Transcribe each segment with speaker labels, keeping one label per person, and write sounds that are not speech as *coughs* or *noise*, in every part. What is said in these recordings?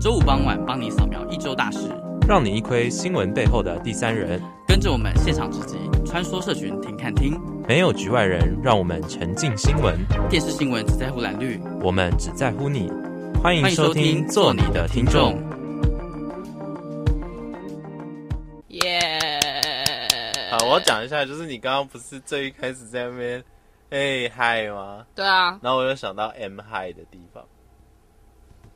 Speaker 1: 周五傍晚帮你扫描一周大事，
Speaker 2: 让你一窥新闻背后的第三人。
Speaker 1: 跟着我们现场直击，穿梭社群，听看听。
Speaker 2: 没有局外人，让我们沉浸新闻，
Speaker 1: 电视新闻只在乎蓝绿，
Speaker 2: 我们只在乎你。欢迎
Speaker 1: 欢迎
Speaker 2: 收
Speaker 1: 收
Speaker 2: 听
Speaker 1: 听
Speaker 2: 《
Speaker 1: 做
Speaker 2: 做
Speaker 1: 你
Speaker 2: 你的
Speaker 1: 的听
Speaker 2: 听
Speaker 1: 众
Speaker 2: 众》。。
Speaker 3: 耶、
Speaker 4: 好，啊我要讲一下，就是你刚刚不是最一开始在那边，哎、嗨吗？
Speaker 3: 对啊，
Speaker 4: 然后我就想到 M 嗨的地方，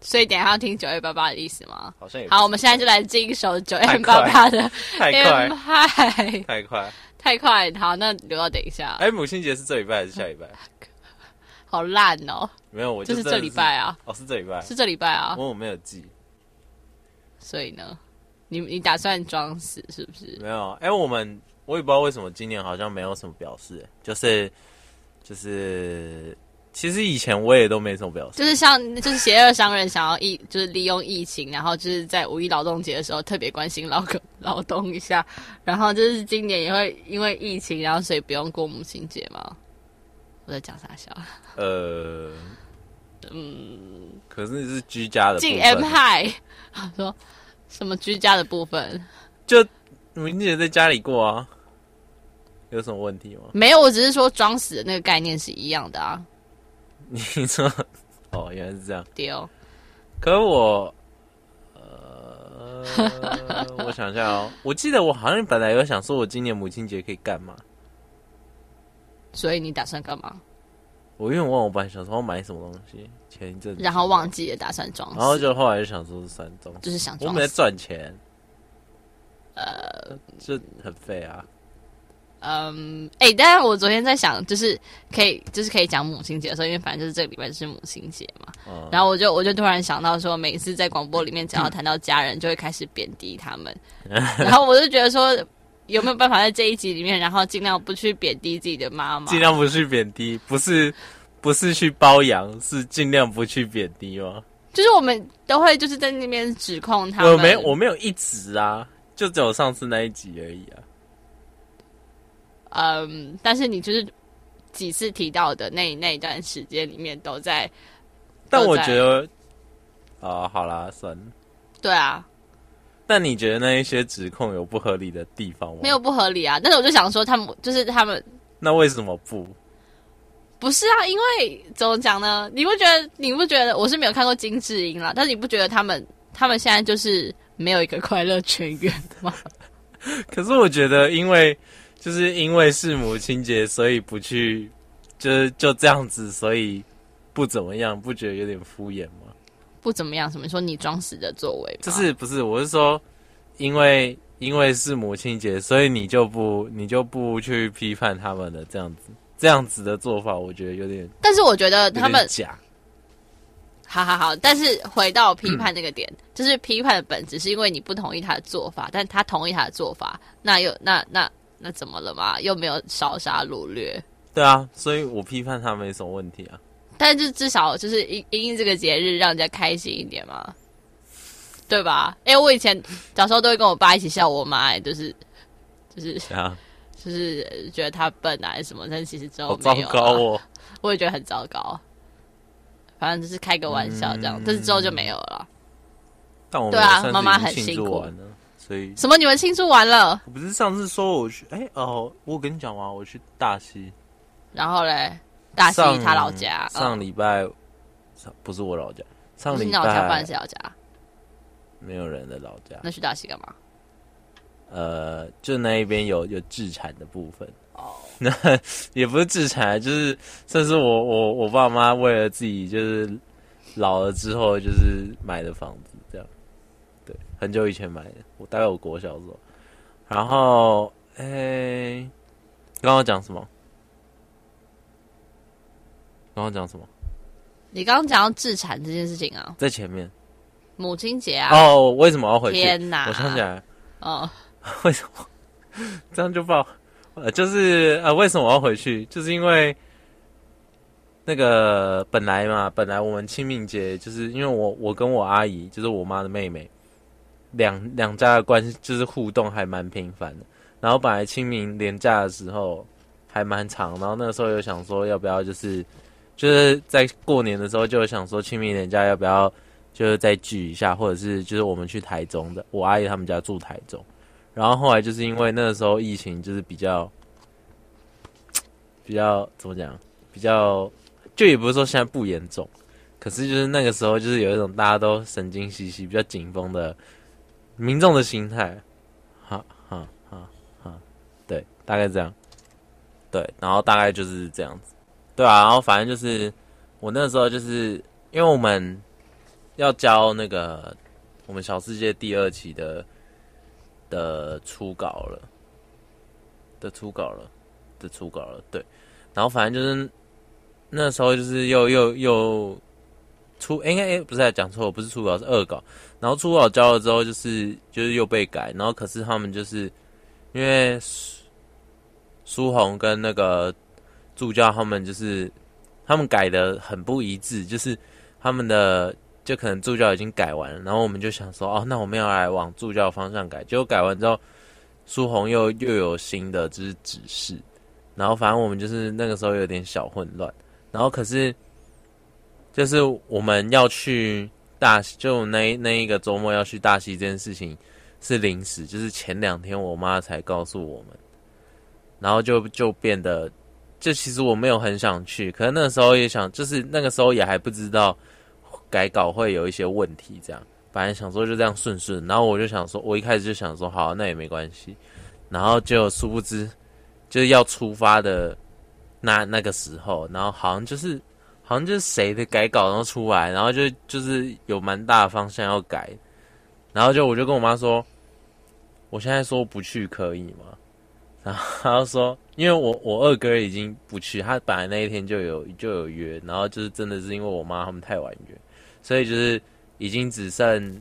Speaker 3: 所以等一下要听九月八八的意思吗？
Speaker 4: 好像也不
Speaker 3: 好，我们现在就来进一首九
Speaker 4: 太
Speaker 3: 月
Speaker 4: 快
Speaker 3: 八八的
Speaker 4: 太快
Speaker 3: M 嗨，
Speaker 4: 太快。
Speaker 3: 太快，好，那留到等一下，
Speaker 4: 哎、母亲节是这礼拜还是下礼拜？
Speaker 3: 好烂哦，
Speaker 4: 没有，我
Speaker 3: 就是
Speaker 4: 真的
Speaker 3: 这礼拜啊，
Speaker 4: 哦，是这礼拜，哦
Speaker 3: 是这礼拜啊，
Speaker 4: 我我没有记，
Speaker 3: 所以呢，你你打算装死是不是？
Speaker 4: 没有。哎、我们我也不知道为什么今年好像没有什么表示，就是就是，其实以前我也都没什么表示，
Speaker 3: 就是像就是邪恶商人想要疫，就是利用疫情，然后就是在五一劳动节的时候特别关心劳动劳动一下，然后就是今年也会因为疫情，然后所以不用过母亲节嘛。我在讲啥笑？
Speaker 4: 呃，嗯，可是是居家的部
Speaker 3: 进哎 M
Speaker 4: 分，
Speaker 3: 嗨，他说什么居家的部分
Speaker 4: 就母亲节在家里过啊，有什么问题吗？ *laughs*
Speaker 3: 没有，我只是说装死的那个概念是一样的啊。
Speaker 4: 你说，哦，原来是这样。
Speaker 3: 丢，
Speaker 4: 可是我，呃，我想一下哦，我记得我好像本来有想说，我今年母亲节可以干嘛？
Speaker 3: 所以你打算干嘛？
Speaker 4: 我因为我忘了，我本来想说要买什么东西，前一阵子，
Speaker 3: 然后忘，记了打算装死，
Speaker 4: 然后就后来就想说是算中，
Speaker 3: 就是想
Speaker 4: 我
Speaker 3: 装
Speaker 4: 没在
Speaker 3: 死。
Speaker 4: 赚钱，呃，就很废啊。
Speaker 3: 嗯，哎、但是我昨天在想，就是可以，就是可以讲母亲节的时候，因为反正就是这个礼拜就是母亲节嘛。
Speaker 4: 嗯，
Speaker 3: 然后我就我就突然想到说，每次在广播里面只要谈到家人，就会开始贬低
Speaker 4: *laughs*
Speaker 3: 他们。然后我就觉得说，有没有办法在这一集里面，然后尽量不去贬低自己的妈妈？
Speaker 4: 尽量不去贬低，不是不是去包养，是尽量不去贬低吗？
Speaker 3: 就是我们都会就是在那边指控他们。
Speaker 4: 我没我没有一直啊，就只有上次那一集而已啊。
Speaker 3: 嗯，但是你就是几次提到的那那一段时间里面都在
Speaker 4: 但
Speaker 3: 都
Speaker 4: 我
Speaker 3: 在
Speaker 4: 觉得，啊、好啦，算了。
Speaker 3: 对啊，
Speaker 4: 但你觉得那一些指控有不合理的地方吗？
Speaker 3: 没有。不合理啊。但是我就想说，他们就是他们
Speaker 4: 那为什么不？
Speaker 3: 不是啊，因为怎么讲呢？你不觉得？你不觉得？我是没有看过金智英啦，但是你不觉得他们他们现在就是没有一个快乐全员吗？
Speaker 4: 可是我觉得，因为就是因为是母亲节，所以不去，就是就这样子，所以不怎么样，不觉得有点敷衍吗？
Speaker 3: *laughs* 不怎么样，什么说你装死的作为吗？
Speaker 4: 就是不是？我是说，因为因为是母亲节，所以你就不你就不去批判他们的这样子这样子的做法，我觉得有点
Speaker 3: 但是我觉得他
Speaker 4: 有
Speaker 3: 们
Speaker 4: 点假。
Speaker 3: 好好好，但是回到批判那个点，
Speaker 4: 嗯
Speaker 3: 就是批判的本质是因为你不同意他的做法，但他同意他的做法，那又那那那怎么了嘛？又没有烧杀掳掠，
Speaker 4: 对啊，所以我批判他没什么问题啊。
Speaker 3: 但是至少就是因因这个节日让人家开心一点嘛，对吧？哎、我以前小时候都会跟我爸一起笑我妈、哎就是就是
Speaker 4: 对啊，
Speaker 3: 就是呃觉得她笨啊还是什么，但是其实之
Speaker 4: 好
Speaker 3: 后
Speaker 4: 糟
Speaker 3: 没有、啊，
Speaker 4: 糕哦。
Speaker 3: 我也觉得很糟糕。反正就是开个玩笑这样，
Speaker 4: 嗯
Speaker 3: 但是之后就没有了。
Speaker 4: 但我们
Speaker 3: 对啊
Speaker 4: 也算是
Speaker 3: 妈妈
Speaker 4: 已经
Speaker 3: 很
Speaker 4: 庆
Speaker 3: 辛
Speaker 4: 祝
Speaker 3: 苦
Speaker 4: 完了，所以
Speaker 3: 什么？你们庆祝完了，
Speaker 4: 我不是上次说我去，哎、哦，我跟你讲完，我去大溪，
Speaker 3: 然后嘞，大溪
Speaker 4: 上
Speaker 3: 他老家，
Speaker 4: 上
Speaker 3: 嗯
Speaker 4: 礼拜，上不是我老家，上
Speaker 3: 不是
Speaker 4: 礼
Speaker 3: 你老家，不然
Speaker 4: 拜啊
Speaker 3: 谁老家？
Speaker 4: 没有人的老家，
Speaker 3: 那去大溪干嘛？
Speaker 4: 呃，就那一边有有制产的部分。
Speaker 3: 哦
Speaker 4: 那也不是自产，就是甚至我我我爸妈为了自己就是老了之后就是买的房子这样，对，很久以前买的，我大概我国小的时候，然后诶、刚刚讲什么？刚刚讲什么？
Speaker 3: 你刚刚讲到自产这件事情啊，
Speaker 4: 在前面
Speaker 3: 母亲节啊，
Speaker 4: 哦，为什么要回去？
Speaker 3: 天哪！
Speaker 4: 我想起来了，
Speaker 3: 哦，
Speaker 4: 为什么 *laughs* 这样就爆？呃，就是呃，为什么我要回去？就是因为那个本来嘛，本来我们清明节就是因为我我跟我阿姨，就是我妈的妹妹，两两家的关系就是互动还蛮频繁的。然后本来清明连假的时候还蛮长，然后那个时候有想说要不要就是就是在过年的时候就有想说清明连假要不要就是再聚一下，或者是就是我们去台中的，我阿姨他们家住台中，然后后来就是因为那个时候疫情就是比较比较怎么讲，比较就也不是说现在不严重，可是就是那个时候就是有一种大家都神经兮兮、比较紧绷的民众的心态，哈哈哈哈，对，大概这样，对，然后大概就是这样子，对啊，然后反正就是我那时候就是因为我们要交那个我们小世界第二期的的初稿了，的初稿了，的初稿了，对，然后反正就是那时候就是又又又初，应该、诶不是啊讲错，不是初稿是恶稿，然后初稿交了之后就是就是又被改，然后可是他们就是因为苏苏红跟那个助教他们就是他们改的很不一致，就是他们的就可能助教已经改完了，然后我们就想说，哦，那我们要来往助教方向改。结果改完之后，苏红又又有新的就是指示，然后反正我们就是那个时候有点小混乱。然后可是就是我们要去大溪，就那一那一个周末要去大溪这件事情是临时，就是前两天我妈才告诉我们，然后就就变得。就其实我没有很想去，可能那个时候也想，就是那个时候也还不知道改稿会有一些问题，这样。本来想说就这样顺顺，然后我就想说，我一开始就想说好，那也没关系。然后就殊不知，就是要出发的那那个时候，然后好像就是好像就是谁的改稿然后出来，然后就就是有蛮大的方向要改，然后就我就跟我妈说，我现在说不去可以吗？然后她就说，因为我我二哥已经不去，他本来那一天就有就有约，然后就是真的是因为我妈他们太晚约，所以就是已经只剩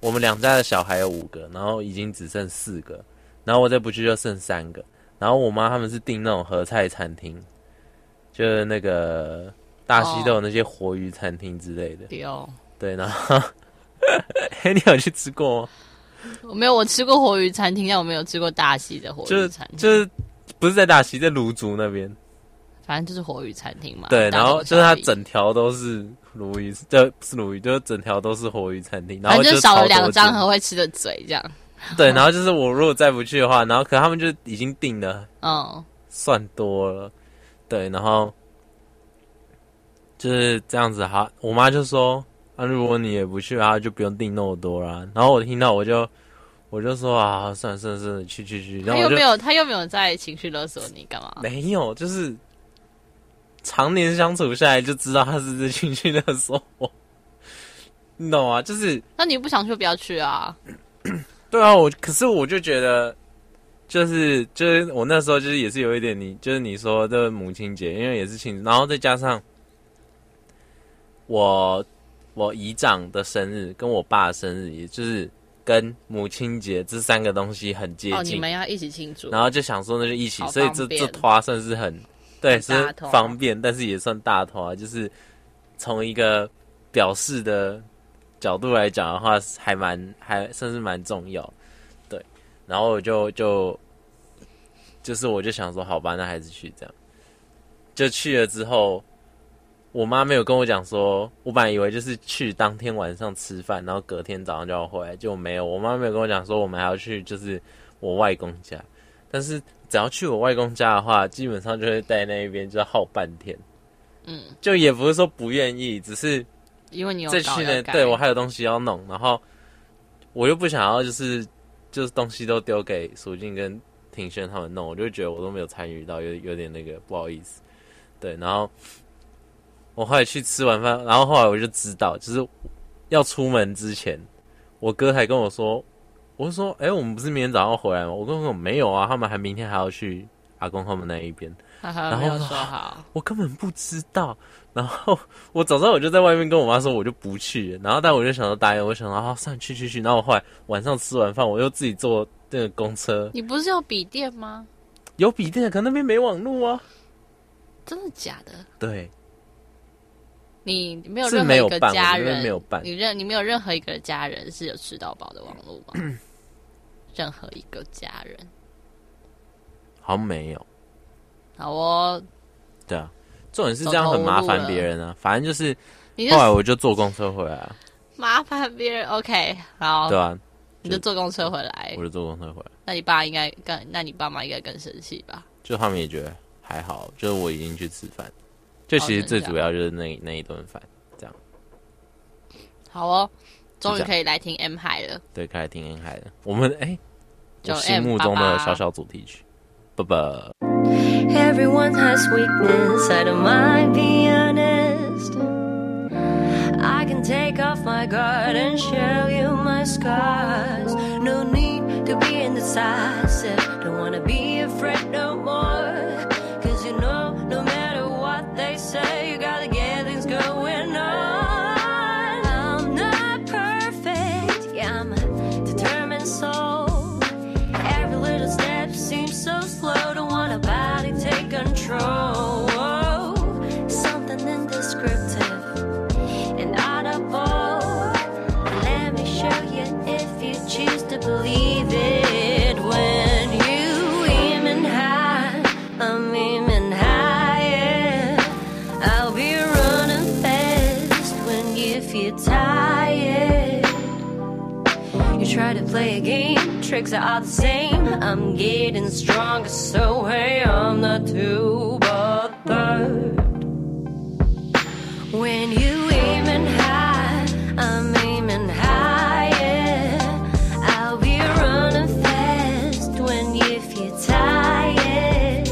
Speaker 4: 我们两家的小孩有五个，然后已经只剩四个，然后我再不去就剩三个，然后我妈他们是订那种合菜餐厅，就是那个大溪都有那些活鱼餐厅之类的，
Speaker 3: 对哦，
Speaker 4: 对，然后， *laughs* 哎、你有去吃过吗？
Speaker 3: 我没有，我吃过活鱼餐厅，但我没有吃过大溪的活
Speaker 4: 就
Speaker 3: 鱼餐厅，
Speaker 4: 就是不是在大溪，在芦竹那边。
Speaker 3: 反正就是活鱼餐厅嘛。
Speaker 4: 对，
Speaker 3: 啊大
Speaker 4: 然后
Speaker 3: 同
Speaker 4: 就是
Speaker 3: 小
Speaker 4: 它
Speaker 3: 异，
Speaker 4: 整条都是鲈鱼，就不是鲈鱼，就是整条都是活鱼餐厅，然后
Speaker 3: 反正
Speaker 4: 就
Speaker 3: 就少
Speaker 4: 超多
Speaker 3: 了两张嗯
Speaker 4: 间
Speaker 3: 很会吃的嘴这样。
Speaker 4: 对，然后就是我如果再不去的话，然后可他们就已经订了，
Speaker 3: 嗯，
Speaker 4: 算多了，对，然后就是这样子哈。我妈就说：“啊，如果你也不去啊，就不用订那么多啦。”然后我听到我就我就说：“啊，算了算了算了，去去去。”然
Speaker 3: 他
Speaker 4: 后我
Speaker 3: 又
Speaker 4: 就
Speaker 3: 没有，他又没有在情绪勒索你干嘛？
Speaker 4: 没有，就是常年相处下来就知道他是这情绪勒索我， *laughs* 你懂吗？就是
Speaker 3: 那你不想去就不要去啊。
Speaker 4: 对啊，我可是我就觉得，就是就是我那时候就是也是有一点你，就是你说的母亲节，因为也是庆祝，然后再加上我我姨丈的生日跟我爸的生日，也就是跟母亲节这三个东西很接
Speaker 3: 哦，你
Speaker 4: 近，
Speaker 3: 们要一起庆祝。
Speaker 4: 然后就想说那就一起，
Speaker 3: 好
Speaker 4: 所以
Speaker 3: 方
Speaker 4: 这
Speaker 3: 便
Speaker 4: 这拖算是很对，是
Speaker 3: 很大拖啊
Speaker 4: 方便，但是也算大拖，就是从一个表示的角度来讲的话，还蛮还算是蛮重要，对。然后我就就就是我就想说，好吧，那还是去这样。就去了之后，我妈没有跟我讲说，我本来以为就是去当天晚上吃饭，然后隔天早上就要回来，就没有。我妈没有跟我讲说，我们还要去就是我外公家，但是只要去我外公家的话，基本上就会在那一边就耗半天。
Speaker 3: 嗯，
Speaker 4: 就也不是说不愿意，只是
Speaker 3: 因为你有
Speaker 4: 这
Speaker 3: 稿
Speaker 4: 去
Speaker 3: 要
Speaker 4: 年
Speaker 3: 改
Speaker 4: 对我还有东西要弄，然后我又不想要就是就是东西都丢给苏静跟庭轩他们弄，我就觉得我都没有参与到，有有点那个不好意思。对，然后我后来去吃完饭，然后后来我就知道，就是要出门之前，我哥还跟我说，我就说，哎、我们不是明天早上要回来吗？我跟我说没有啊，他们还明天还要去阿公他们那一边。
Speaker 3: 哈哈，
Speaker 4: 然
Speaker 3: 没
Speaker 4: 后
Speaker 3: 有
Speaker 4: 呢
Speaker 3: 说
Speaker 4: *laughs*
Speaker 3: 好，
Speaker 4: 我根本不知道。 *laughs* 然后我早上我就在外面跟我妈说，我就不去。然后但我就想到答应，我想到啊，算了去去去。然后我后来晚上吃完饭，我又自己坐那个公车，
Speaker 3: 你不是有笔电吗？
Speaker 4: 有笔电，可那边没网络啊。
Speaker 3: 真的假的？
Speaker 4: 对，
Speaker 3: 你没有
Speaker 4: 是
Speaker 3: 任何
Speaker 4: 没有
Speaker 3: 一个
Speaker 4: 办
Speaker 3: 家
Speaker 4: 我觉得
Speaker 3: 人
Speaker 4: 没有办
Speaker 3: 你认你没有任何一个家人是有吃到饱的网络
Speaker 4: *clears throat*
Speaker 3: 吗？任何一个家人，
Speaker 4: 好像没有。
Speaker 3: 好哦，
Speaker 4: 对啊，重点是这样很麻烦别人啊。反正就是
Speaker 3: 你就
Speaker 4: 后来我就坐公车回来啊。
Speaker 3: 麻烦别人。OK，好，
Speaker 4: 对吧？
Speaker 3: 你就坐公车回来
Speaker 4: 我。就坐公车回来，
Speaker 3: 那你爸应该更，那你爸妈应该更生气吧？
Speaker 4: 就他们也觉得还好，就是我已经去吃饭，就其实
Speaker 3: 哦真
Speaker 4: 最
Speaker 3: 假
Speaker 4: 主要就是那那一顿饭，
Speaker 3: 好哦，终于
Speaker 4: 就这样
Speaker 3: 可以来听 M 海了。
Speaker 4: 对，开始听恩海的，我们哎，
Speaker 3: 就
Speaker 4: 我心目中
Speaker 3: M
Speaker 4: 的
Speaker 3: 爸爸
Speaker 4: 小小主题曲，不不，
Speaker 5: Everyone has weakness, I don't mind being honest. I can take off my guard and show you my scars. No need to be indecisive, don't wanna be afraid no more. Cause you know, no matter what they say, you gotta get things going on. I'm not perfect, yeah, I'm a determined soul. Every little step seems so slow. Don't want a body take control. Something indescriptive and audible. Let me show you if you choose to believe it. When you aiming high, I'm aiming higher. I'll be running fast when you feel tired. You try to play a game, tricks are all the same. I'm getting stronger, so hey, I'm not too bothered. When you aiming high, I'm aiming higher. I'll be running fast when you feel tired.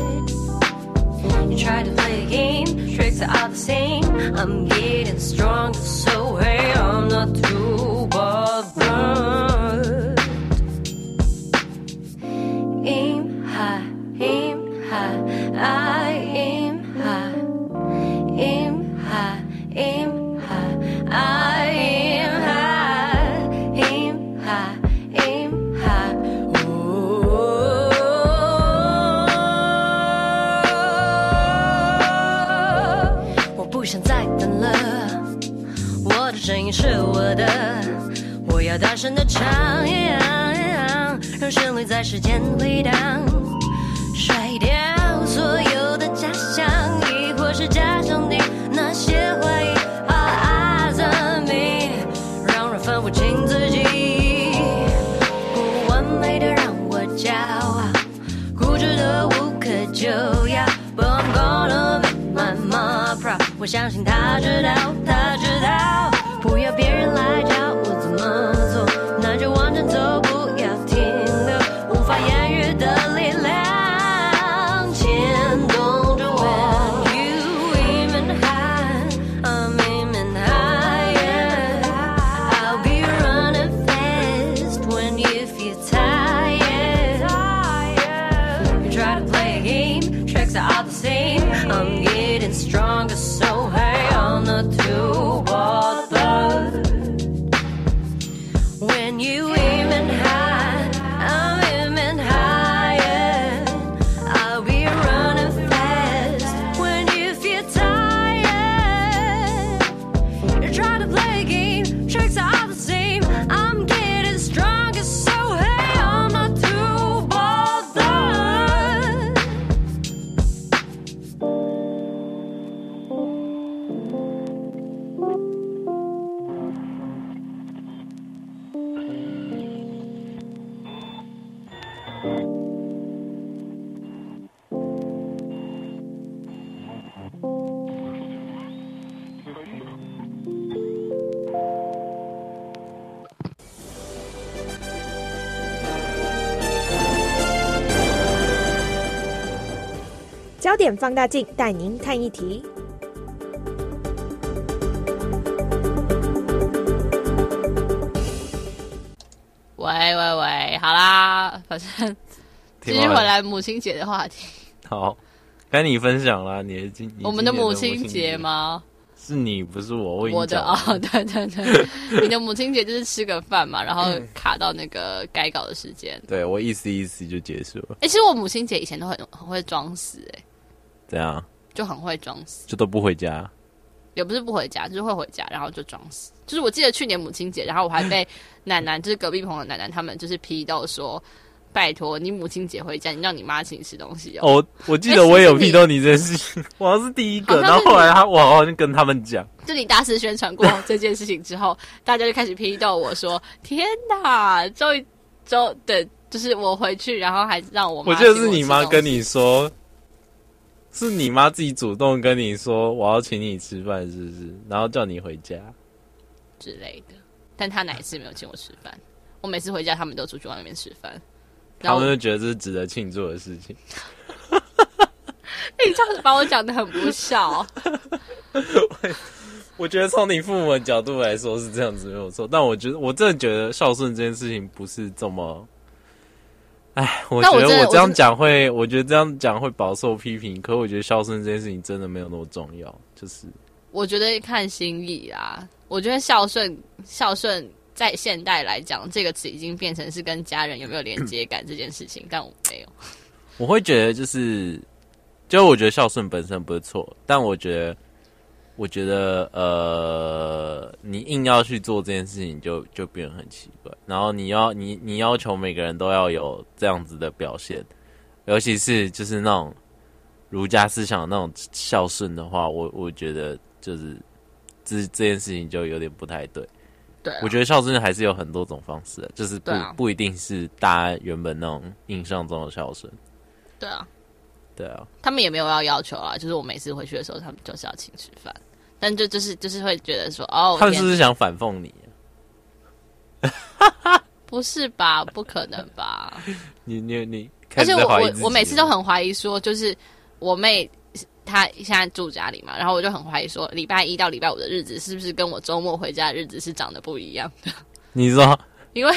Speaker 5: You try to play a game, tricks are all the same. I'm getting stronger, so hey, I'm not too bothered. Aim high, aim high, I aim high. Aim high, aim high, I aim high, aim high, aim high. 哦 Ooh. 我不想再等了，我的声音是我的，我要大声的唱，让旋律在时间回荡。甩掉所有的假象，亦或是加上你那些啊怀疑。All eyes on me，让人分不清自己。不完美的让我骄傲，固执的无可救药。But I'm gonna make my mom proud，我相信她知道，她知道。不要别人来教我怎么做，那就往前走，不要停留。无法言喻的力量牵动着我。You aiming high, I'm aiming higher. I'll be running fast when you feel tired. You try to play a game, tricks are all the same. I'm getting stronger, so hey, I'm not too bothered. When you aiming high, I'm aiming higher. I'll be running fast when you feel tired. You're trying to play a game, tricks are all the same. I'm getting stronger, so hey, I'm not too bothered.
Speaker 6: 焦点放大镜带您看一题。
Speaker 3: 喂喂喂，好啦，
Speaker 4: *laughs*
Speaker 3: 反正继
Speaker 4: 听
Speaker 3: 续回
Speaker 4: 完了
Speaker 3: 来母亲节的话题。
Speaker 4: 好，该你分享啦，你的今你
Speaker 3: 我们
Speaker 4: 今
Speaker 3: 的
Speaker 4: 年
Speaker 3: 母
Speaker 4: 母
Speaker 3: 亲节
Speaker 4: 节？
Speaker 3: 吗？
Speaker 4: 是你不是我，我已经
Speaker 3: 我的 *laughs*
Speaker 4: 讲了
Speaker 3: 哦，对
Speaker 4: *laughs*
Speaker 3: 对对，你的母亲节就是吃个饭嘛，然后
Speaker 4: 嗯
Speaker 3: 卡到那个该搞的时间。
Speaker 4: 对我意思意思就结束了，
Speaker 3: 哎、其实我母亲节以前都很很会装死、哎，
Speaker 4: 这样
Speaker 3: 就很会装死，
Speaker 4: 就都不回家，
Speaker 3: 也不是不回家，就是会回家，然后就装死。就是
Speaker 4: *laughs*
Speaker 3: 我记得去年母亲节，然后我还被奶奶，就是隔壁棚的奶奶他们就是批斗说。拜托，你母亲节回家，你让你妈请你吃东西哦。
Speaker 4: 哦，我记得我也有批斗你这件事情，我好像是第一个，
Speaker 3: 好像是
Speaker 4: 然后后来他我好像跟他们讲，
Speaker 3: 就你大肆宣传过这件事情之后，大家就开始批斗我说：“天哪，终于，周对，就是我回去，然后还让我妈
Speaker 4: 我记得
Speaker 3: 请
Speaker 4: 是你妈
Speaker 3: 吃东西
Speaker 4: 跟你说，是你妈自己主动跟你说我要请你吃饭，是不是？然后叫你回家。
Speaker 3: 之类的，但她哪一次没有请我吃饭？我每次回家，他们都出去外面吃饭。然
Speaker 4: 他
Speaker 3: 后
Speaker 4: 们
Speaker 3: 我
Speaker 4: 就觉得这是值得庆祝的事情。
Speaker 3: 你哎这样子把我讲的很不孝，
Speaker 4: 我觉得从你父母的角度来说是这样子没有错，但我觉得我真的觉得孝顺这件事情不是这么，哎，我
Speaker 3: 但
Speaker 4: 觉
Speaker 3: 我
Speaker 4: 得
Speaker 3: 真的
Speaker 4: 我
Speaker 3: 我
Speaker 4: 这样
Speaker 3: 真
Speaker 4: 讲会，我觉得这样讲会饱受批评。可我觉得孝顺这件事情真的没有那么重要，就是
Speaker 3: 我觉得看心意啦。我觉得孝顺，孝顺在现代来讲，这个词已经变成是跟家人有没有连接感这件事情，但我没有。
Speaker 4: 我会觉得就是，就我觉得孝顺本身不是错，但我觉得，我觉得呃，你硬要去做这件事情就，就变得很奇怪。然后你要你你要求每个人都要有这样子的表现，尤其是就是那种儒家思想的那种孝顺的话，我我觉得就是这这件事情就有点不太对。
Speaker 3: 对啊、
Speaker 4: 我觉得孝顺还是有很多种方式的，就是不、
Speaker 3: 对啊
Speaker 4: 不一定是大家原本那种印象中的孝顺。
Speaker 3: 对啊，
Speaker 4: 对啊，
Speaker 3: 他们也没有要要求啊，就是我每次回去的时候，他们就是要请吃饭，但就就是就是会觉得说，哦，
Speaker 4: 他们
Speaker 3: 天
Speaker 4: 是不是想反讽你？
Speaker 3: 不是吧？不可能
Speaker 4: *laughs*
Speaker 3: 吧？
Speaker 4: 你你你，
Speaker 3: 而
Speaker 4: 开始
Speaker 3: 且我
Speaker 4: 在怀疑
Speaker 3: 我
Speaker 4: 自己
Speaker 3: 我每次都很怀疑说，就是我妹她现在住家里嘛，然后我就很怀疑说，礼拜一到礼拜五的日子是不是跟我周末回家的日子是长得不一样？
Speaker 4: 你说
Speaker 3: 因为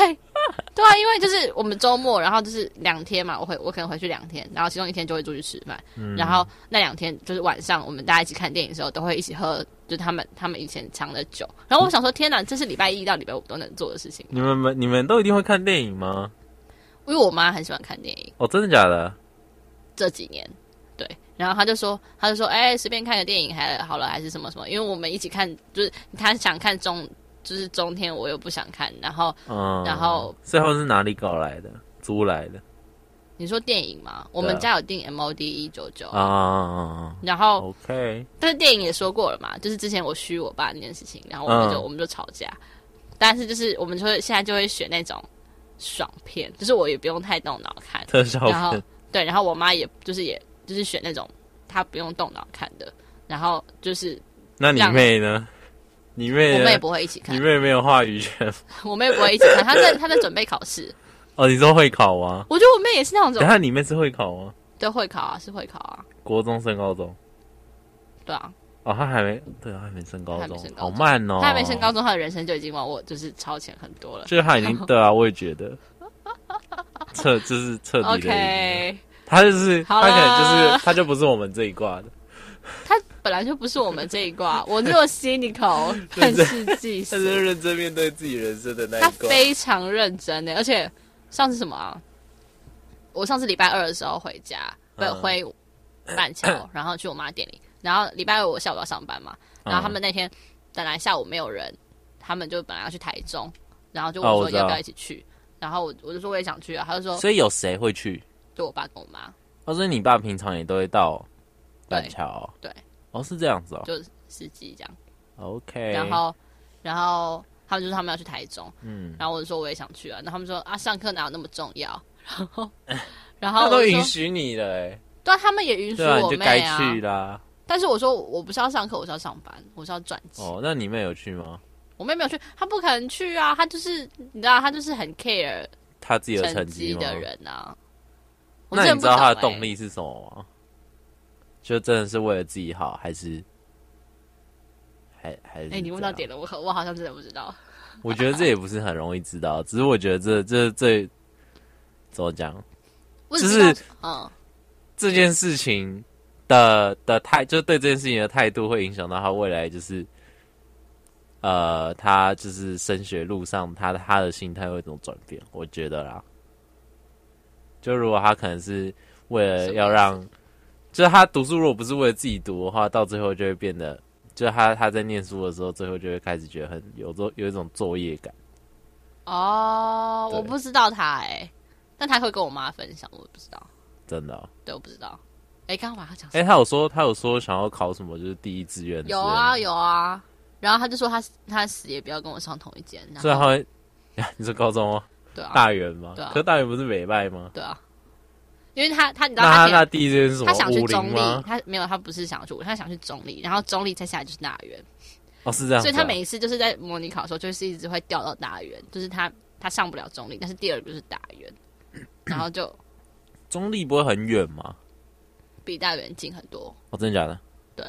Speaker 3: 对啊，因为就是我们周末，然后就是两天嘛，我会我可能回去两天，然后其中一天就会出去吃饭，然后那两天就是晚上我们大家一起看电影的时候，都会一起喝，就是他们他们以前藏的酒。然后我想说，天哪，这是礼拜一到礼拜五都能做的事情，
Speaker 4: 你们们你们都一定会看电影吗？
Speaker 3: 因为我妈很喜欢看电影。
Speaker 4: 哦，真的假的？
Speaker 3: 这几年，对。然后他就说，他就说，哎、随便看个电影还好了，还是什么什么，因为我们一起看，就是他想看中，就是中天，我又不想看。然后
Speaker 4: 嗯，
Speaker 3: 然后
Speaker 4: 最后是哪里搞来的？租来的
Speaker 3: 你说电影嘛，我们家有订 MOD 一九九，
Speaker 4: 啊
Speaker 3: 然后
Speaker 4: ？OK，
Speaker 3: 但是电影也说过了嘛，就是之前我虚我爸那件事情，然后我们就、
Speaker 4: 嗯
Speaker 3: 我们就吵架，但是就是我们就会现在就会选那种爽片，就是我也不用太动脑看，
Speaker 4: 特效
Speaker 3: 然后
Speaker 4: 片，
Speaker 3: 对，然后我妈也就是也就是选那种她不用动脑看的，然后就是
Speaker 4: 那你妹呢？你妹
Speaker 3: 我
Speaker 4: 呢
Speaker 3: 妹不会一起看
Speaker 4: 哎你，妹没有话语权 *laughs*
Speaker 3: 我妹不会一起看，她在她在准备考试。
Speaker 4: 哦？你说会考吗？
Speaker 3: 我觉得我妹也是那
Speaker 4: 等一
Speaker 3: 种
Speaker 4: 下你妹是会考吗？
Speaker 3: 对会考啊，是会考啊，
Speaker 4: 国中升高中
Speaker 3: 对啊，
Speaker 4: 哦，她还没对，她还没升高
Speaker 3: 她还没
Speaker 4: 中
Speaker 3: 升，高
Speaker 4: 好
Speaker 3: 中
Speaker 4: 慢哦，
Speaker 3: 她还没升高，中，她的人生就已经往我就是超前很多了。
Speaker 4: 就是她已经对啊，我也觉得彻就是彻底的
Speaker 3: *laughs* OK，
Speaker 4: 他就是
Speaker 3: 好
Speaker 4: 他可能就
Speaker 3: 啦
Speaker 4: 是他就不是我们这一挂的，
Speaker 3: 她本来就不是我们这
Speaker 4: *laughs*
Speaker 3: 一挂，我那么 cynical，但是记
Speaker 4: 他是
Speaker 3: 实，
Speaker 4: 认真面对自己人生的那
Speaker 3: 她
Speaker 4: 一挂。
Speaker 3: 非常认真的，而且上次什么啊？我上次礼拜二的时候回家，不是
Speaker 4: 嗯
Speaker 3: 回
Speaker 4: *coughs*
Speaker 3: 板桥，然后去我妈店里，然后礼拜二我下午要上班嘛，
Speaker 4: 嗯
Speaker 3: 然后他们那天本来下午没有人，他们就本来要去台中，然后就问
Speaker 4: 哦
Speaker 3: 我
Speaker 4: 我
Speaker 3: 说
Speaker 4: 知道
Speaker 3: 要不要一起去，然后我我就说我也想去啊，他就
Speaker 4: 嗯
Speaker 3: 说
Speaker 4: 所以有谁会去？
Speaker 3: 就我爸跟我妈，
Speaker 4: 哦，所以你爸平常也都会到板桥哦、
Speaker 3: 对对
Speaker 4: 哦是这样子哦
Speaker 3: 就司机这样，
Speaker 4: ，OK。
Speaker 3: 然后然后他们就说他们要去台中，
Speaker 4: 嗯，
Speaker 3: 然后我就说我也想去啊，然后他们说啊上课哪有那么重要，然后然后
Speaker 4: 哎他
Speaker 3: 我
Speaker 4: 都
Speaker 3: 就
Speaker 4: 允
Speaker 3: 说
Speaker 4: 许你了哎、
Speaker 3: 对啊，他们也允许
Speaker 4: 对啊，
Speaker 3: 我
Speaker 4: 你就该
Speaker 3: 妹啊，
Speaker 4: 去啦。
Speaker 3: 但是我说我不是要上课，我是要上班，我是要赚钱。
Speaker 4: 哦，那你妹有去吗？
Speaker 3: 我妹没有去，她不肯去啊，她就是你知道，她就是很 care
Speaker 4: 他自己的
Speaker 3: 成
Speaker 4: 绩
Speaker 3: 绩
Speaker 4: 吗？
Speaker 3: 的人啊。我
Speaker 4: 那
Speaker 3: 真
Speaker 4: 你知
Speaker 3: 不
Speaker 4: 道
Speaker 3: 懂
Speaker 4: 他的
Speaker 3: 欸
Speaker 4: 动力是什么吗？就真的是为了自己好，还是还还是
Speaker 3: 哎、你问
Speaker 4: 这
Speaker 3: 到
Speaker 4: 样
Speaker 3: 点了，我好我好像真的不知道。
Speaker 4: 我觉得这也不是很容易知道，只是我觉得这这这怎么讲，
Speaker 3: 我
Speaker 4: 就
Speaker 3: 只知道
Speaker 4: 是
Speaker 3: 嗯，
Speaker 4: 这件事情的的态，就对这件事情的态度，会影响到他未来就是，呃，他就是升学路上他的他的心态会怎么转变？我觉得啦，就如果他可能是为了要让，就是他读书如果不是为了自己读的话，到最后就会变得，就是他他在念书的时候，最后就会开始觉得很有作有一种作业感。
Speaker 3: 哦，
Speaker 4: 对
Speaker 3: 我不知道他哎、但他会跟我妈分享，我也不知道，
Speaker 4: 真的哦、
Speaker 3: 对，我不知道。哎，刚刚把他讲什
Speaker 4: 哎、
Speaker 3: 么，
Speaker 4: 他有说他有说想要考什么，就是第一志愿之类的。
Speaker 3: 有啊有啊。然后他就说他他死也不要跟我上同一间，然
Speaker 4: 所以他
Speaker 3: 后
Speaker 4: 会， *laughs* 你是高中吗？
Speaker 3: 对啊
Speaker 4: 大园吗？
Speaker 3: 对啊
Speaker 4: 可大园不是美拜吗？
Speaker 3: 对啊，因为他他你知道
Speaker 4: 那他
Speaker 3: 他
Speaker 4: 那
Speaker 3: 想
Speaker 4: 第一志愿是什么？
Speaker 3: 他想去
Speaker 4: 武
Speaker 3: 中
Speaker 4: 林
Speaker 3: 立
Speaker 4: 吗，？
Speaker 3: 他没有他不是想去武，他想去中立，然后中立再下来就是大园。
Speaker 4: 哦，是这样子啊、
Speaker 3: 所以他每一次就是在模拟考的时候，就是一直会掉到大圆，就是他他上不了中立，但是第二个就是大
Speaker 4: *clears throat*
Speaker 3: 圆，然后就
Speaker 4: 中立不会很远吗？
Speaker 3: 比大圆近很多。
Speaker 4: 哦，真的假的？
Speaker 3: 对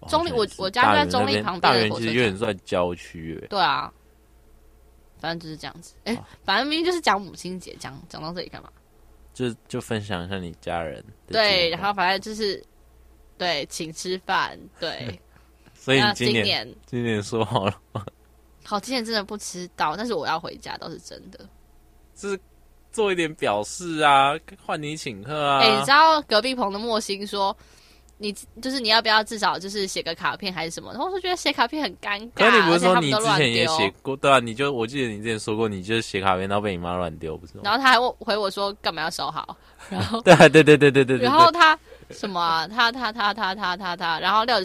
Speaker 4: 哦。
Speaker 3: 中立我我家
Speaker 4: 大
Speaker 3: 就在
Speaker 4: 园
Speaker 3: 中
Speaker 4: 那
Speaker 3: 立
Speaker 4: 边
Speaker 3: 旁边
Speaker 4: 大
Speaker 3: 的
Speaker 4: 园
Speaker 3: 火
Speaker 4: 其实
Speaker 3: 车
Speaker 4: 有点
Speaker 3: 站
Speaker 4: 算郊区诶。
Speaker 3: 对啊，反正就是这样子。
Speaker 4: 哦
Speaker 3: 哎、反正明明就是讲母亲节，讲讲到这里干嘛？
Speaker 4: 就就分享一下你家人的近
Speaker 3: 对，
Speaker 4: 况
Speaker 3: 然后反正就是对，请吃饭，对。
Speaker 4: 嗯所以
Speaker 3: 那
Speaker 4: 你今
Speaker 3: 今
Speaker 4: 年
Speaker 3: 年
Speaker 4: 今年说好了，
Speaker 3: 好，今年真的不吃到，但是我要回家倒是真的。
Speaker 4: 就是做一点表示啊，换你请客啊。
Speaker 3: 哎、你知道隔壁棚的莫欣说，你就是你要不要至少就是写个卡片还是什么？然后我就觉得写卡片很尴
Speaker 4: *laughs*
Speaker 3: 尬，
Speaker 4: 可是你不
Speaker 3: 啊而
Speaker 4: 是
Speaker 3: 且他
Speaker 4: 说
Speaker 3: 们
Speaker 4: 你
Speaker 3: 都
Speaker 4: 之
Speaker 3: 乱
Speaker 4: 前也
Speaker 3: 丢
Speaker 4: 写过？对啊，你就我记得你之前说过，你就是写卡片，然后被你妈乱丢，不是吗？
Speaker 3: 然后他还问回我说干嘛要收好？然后
Speaker 4: *laughs* 对啊对对对对对对。
Speaker 3: 然
Speaker 4: *laughs*
Speaker 3: 后他什么啊？他他他他他他他，然后廖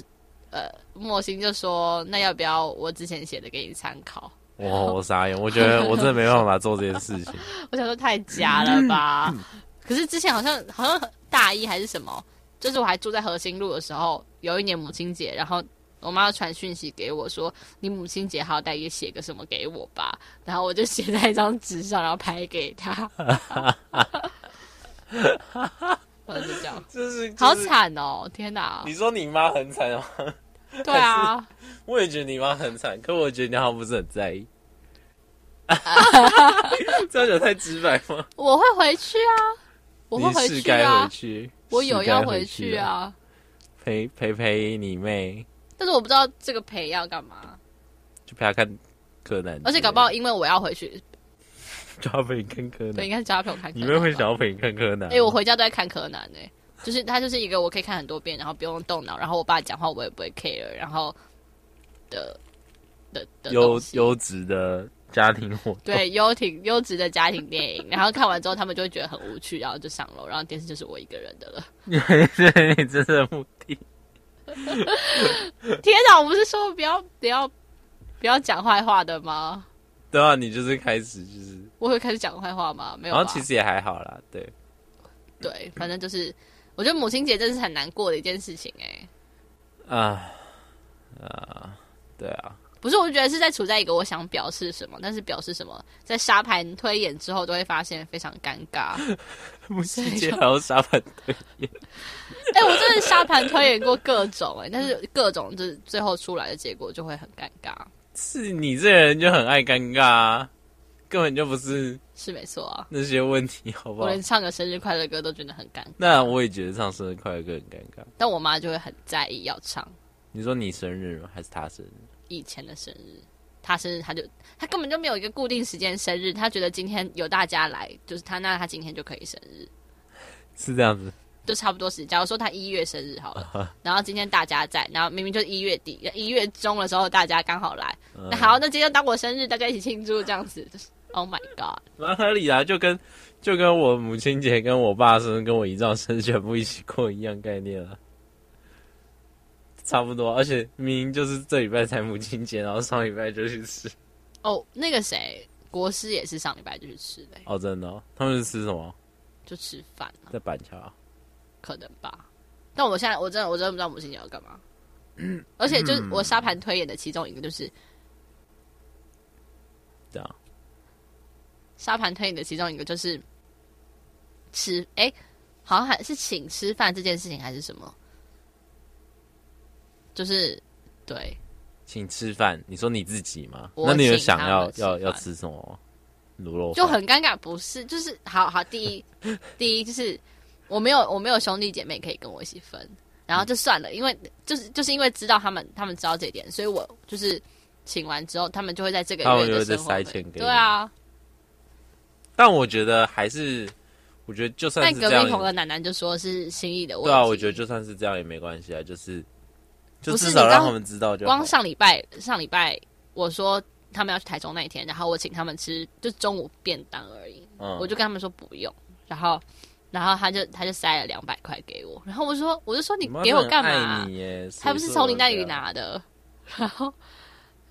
Speaker 3: 呃莫欣就说那要不要我之前写的给你参考？
Speaker 4: 我我傻眼，我觉得我真的没办法做这件事情。
Speaker 3: 我想说太假了吧？
Speaker 4: 嗯
Speaker 3: 可是之前好像好像大一还是什么，就是我还住在和兴路的时候，有一年母亲节，然后我妈传讯息给我说，你母亲节好歹也写个什么给我吧， *laughs* 然后我就写在一张纸上，然后拍给
Speaker 4: *laughs*
Speaker 3: 她，我就这样，
Speaker 4: *laughs* 就是
Speaker 3: 好。惨哦！天哪，
Speaker 4: 说你妈很惨哦，
Speaker 3: 对啊，
Speaker 4: *laughs* 我也觉得你妈很惨，可我觉得你好像不是很在意。 *laughs* 这样讲太直白吗？
Speaker 3: 我会回去啊，我会
Speaker 4: 你
Speaker 3: 回
Speaker 4: 是
Speaker 3: 去
Speaker 4: 该
Speaker 3: 啊
Speaker 4: 回，去，
Speaker 3: 我有
Speaker 4: 是该
Speaker 3: 要
Speaker 4: 回
Speaker 3: 去，啊，
Speaker 4: 陪陪陪你妹，
Speaker 3: 但是我不知道这个陪要干嘛。
Speaker 4: 就陪她看柯南之类的，
Speaker 3: 而且搞不好因为我要回去，
Speaker 4: *laughs* 就要陪你看柯
Speaker 3: 对，
Speaker 4: 南
Speaker 3: 应。该是家陪我看柯
Speaker 4: 嗯你
Speaker 3: 南。
Speaker 4: 妹会想？要陪你看柯南？
Speaker 3: 哎、我回家都在看柯南哎、就是它就是一个我可以看很多遍，然后不用动脑，然后我爸讲话我也不会 care，然后的的的
Speaker 4: 优
Speaker 3: 东西
Speaker 4: 优质的家庭活动。
Speaker 3: 对优挺优质的家庭电影，然后看完之后他们就会觉得很无趣，然后就上楼，然后电视就是我一个人
Speaker 4: *laughs*
Speaker 3: 的了。
Speaker 4: 这是 *laughs* 你真正的目的。
Speaker 3: 天哪，我不是说不要不要不要讲坏话的吗？
Speaker 4: 对啊，你就是开始就是，
Speaker 3: 我会开始讲坏话吗？没有
Speaker 4: 然
Speaker 3: 吧。
Speaker 4: 后其实也还好啦，对。
Speaker 3: 对，反正就是我觉得母亲节真是很难过的一件事情哎、
Speaker 4: 啊啊，对啊，
Speaker 3: 不是，我觉得是在处在一个我想表示什么，但是表示什么，在沙盘推演之后，都会发现非常尴尬。 *laughs*
Speaker 4: 母亲节还要沙盘推，
Speaker 3: 哎、我真的沙盘推演过各种哎、但是各种就是最后出来的结果就会很尴尬，
Speaker 4: 是你这人就很爱尴尬、啊，根本就不是
Speaker 3: 是没错啊。
Speaker 4: 那些问题，好不
Speaker 3: 我
Speaker 4: 好？
Speaker 3: 连唱个生日快乐歌都觉得很尴尬，
Speaker 4: 那我也觉得唱生日快乐歌很尴尬。
Speaker 3: 但我妈就会很在意要唱
Speaker 4: 你说你生日吗？还是他生日？
Speaker 3: 以前的生日。她生日，她就她根本就没有一个固定时间生日，她觉得今天有大家来，就是她那她今天就可以生日。
Speaker 4: 是这样子，
Speaker 3: 就差不多是，假如说他一月生日好了，然后今天大家在，然后明明就是一月底、一月中的时候大家刚好来，
Speaker 4: 嗯
Speaker 3: 那好，那今天当我生日，大家一起庆祝这样子。就是 Oh my god！
Speaker 4: 蛮合理啦、就跟就跟我母亲节、跟我爸生日、跟我姨丈生日全部一起过一样概念啊，差不多。而且明明就是这礼拜才母亲节，然后上礼拜就去吃。
Speaker 3: 哦，那个谁，国师也是上礼拜就去吃的、
Speaker 4: 哦，真的、哦，他们是吃什么？
Speaker 3: 就吃饭啊，
Speaker 4: 在板桥啊、
Speaker 3: 可能吧。但我现在我真的我真的不知道母亲节要干嘛，而且就是我沙盘推演的其中一个就是
Speaker 4: 这样
Speaker 3: 沙盘推演的其中一个就是吃，哎、好像还是请吃饭这件事情还是什么，就是对
Speaker 4: 请吃饭。你说你自己吗？
Speaker 3: 我
Speaker 4: 那你有
Speaker 3: 请
Speaker 4: 想
Speaker 3: 他们
Speaker 4: 要
Speaker 3: 吃
Speaker 4: 要
Speaker 3: 饭
Speaker 4: 要吃什么吗？卤肉
Speaker 3: 就
Speaker 4: 饭
Speaker 3: 很尴尬，不是？就是好好，第
Speaker 4: *laughs*
Speaker 3: 一第一就是我没有我没有兄弟姐妹可以跟我一起分，然后就算了，因为就是就是因为知道他们他们知道这一点，所以我就是请完之后，他们就会在这个
Speaker 4: 他们就
Speaker 3: 月的
Speaker 4: 会再
Speaker 3: 生活费
Speaker 4: 塞钱给你
Speaker 3: 对啊，
Speaker 4: 但我觉得还是，我觉得就算
Speaker 3: 但
Speaker 4: 是
Speaker 3: 隔
Speaker 4: 这样，
Speaker 3: 壁同的奶奶就说是心意的问题，
Speaker 4: 对啊，我觉得就算是这样也没关系啊，就是就
Speaker 3: 不是
Speaker 4: 至少
Speaker 3: 你刚
Speaker 4: 让他们知道就好
Speaker 3: 光上礼拜上礼拜我说他们要去台中那一天，然后我请他们吃就中午便当而已，
Speaker 4: 嗯，
Speaker 3: 我就跟他们说不用，然后然后他就他就塞了两百块给我，然后我就说我就说你
Speaker 4: 妈
Speaker 3: 给
Speaker 4: 真的
Speaker 3: 我
Speaker 4: 很
Speaker 3: 干嘛、啊
Speaker 4: 爱你耶
Speaker 3: 还不是从你那里？
Speaker 4: 谁说的啊
Speaker 3: 拿的？ *laughs* 然后，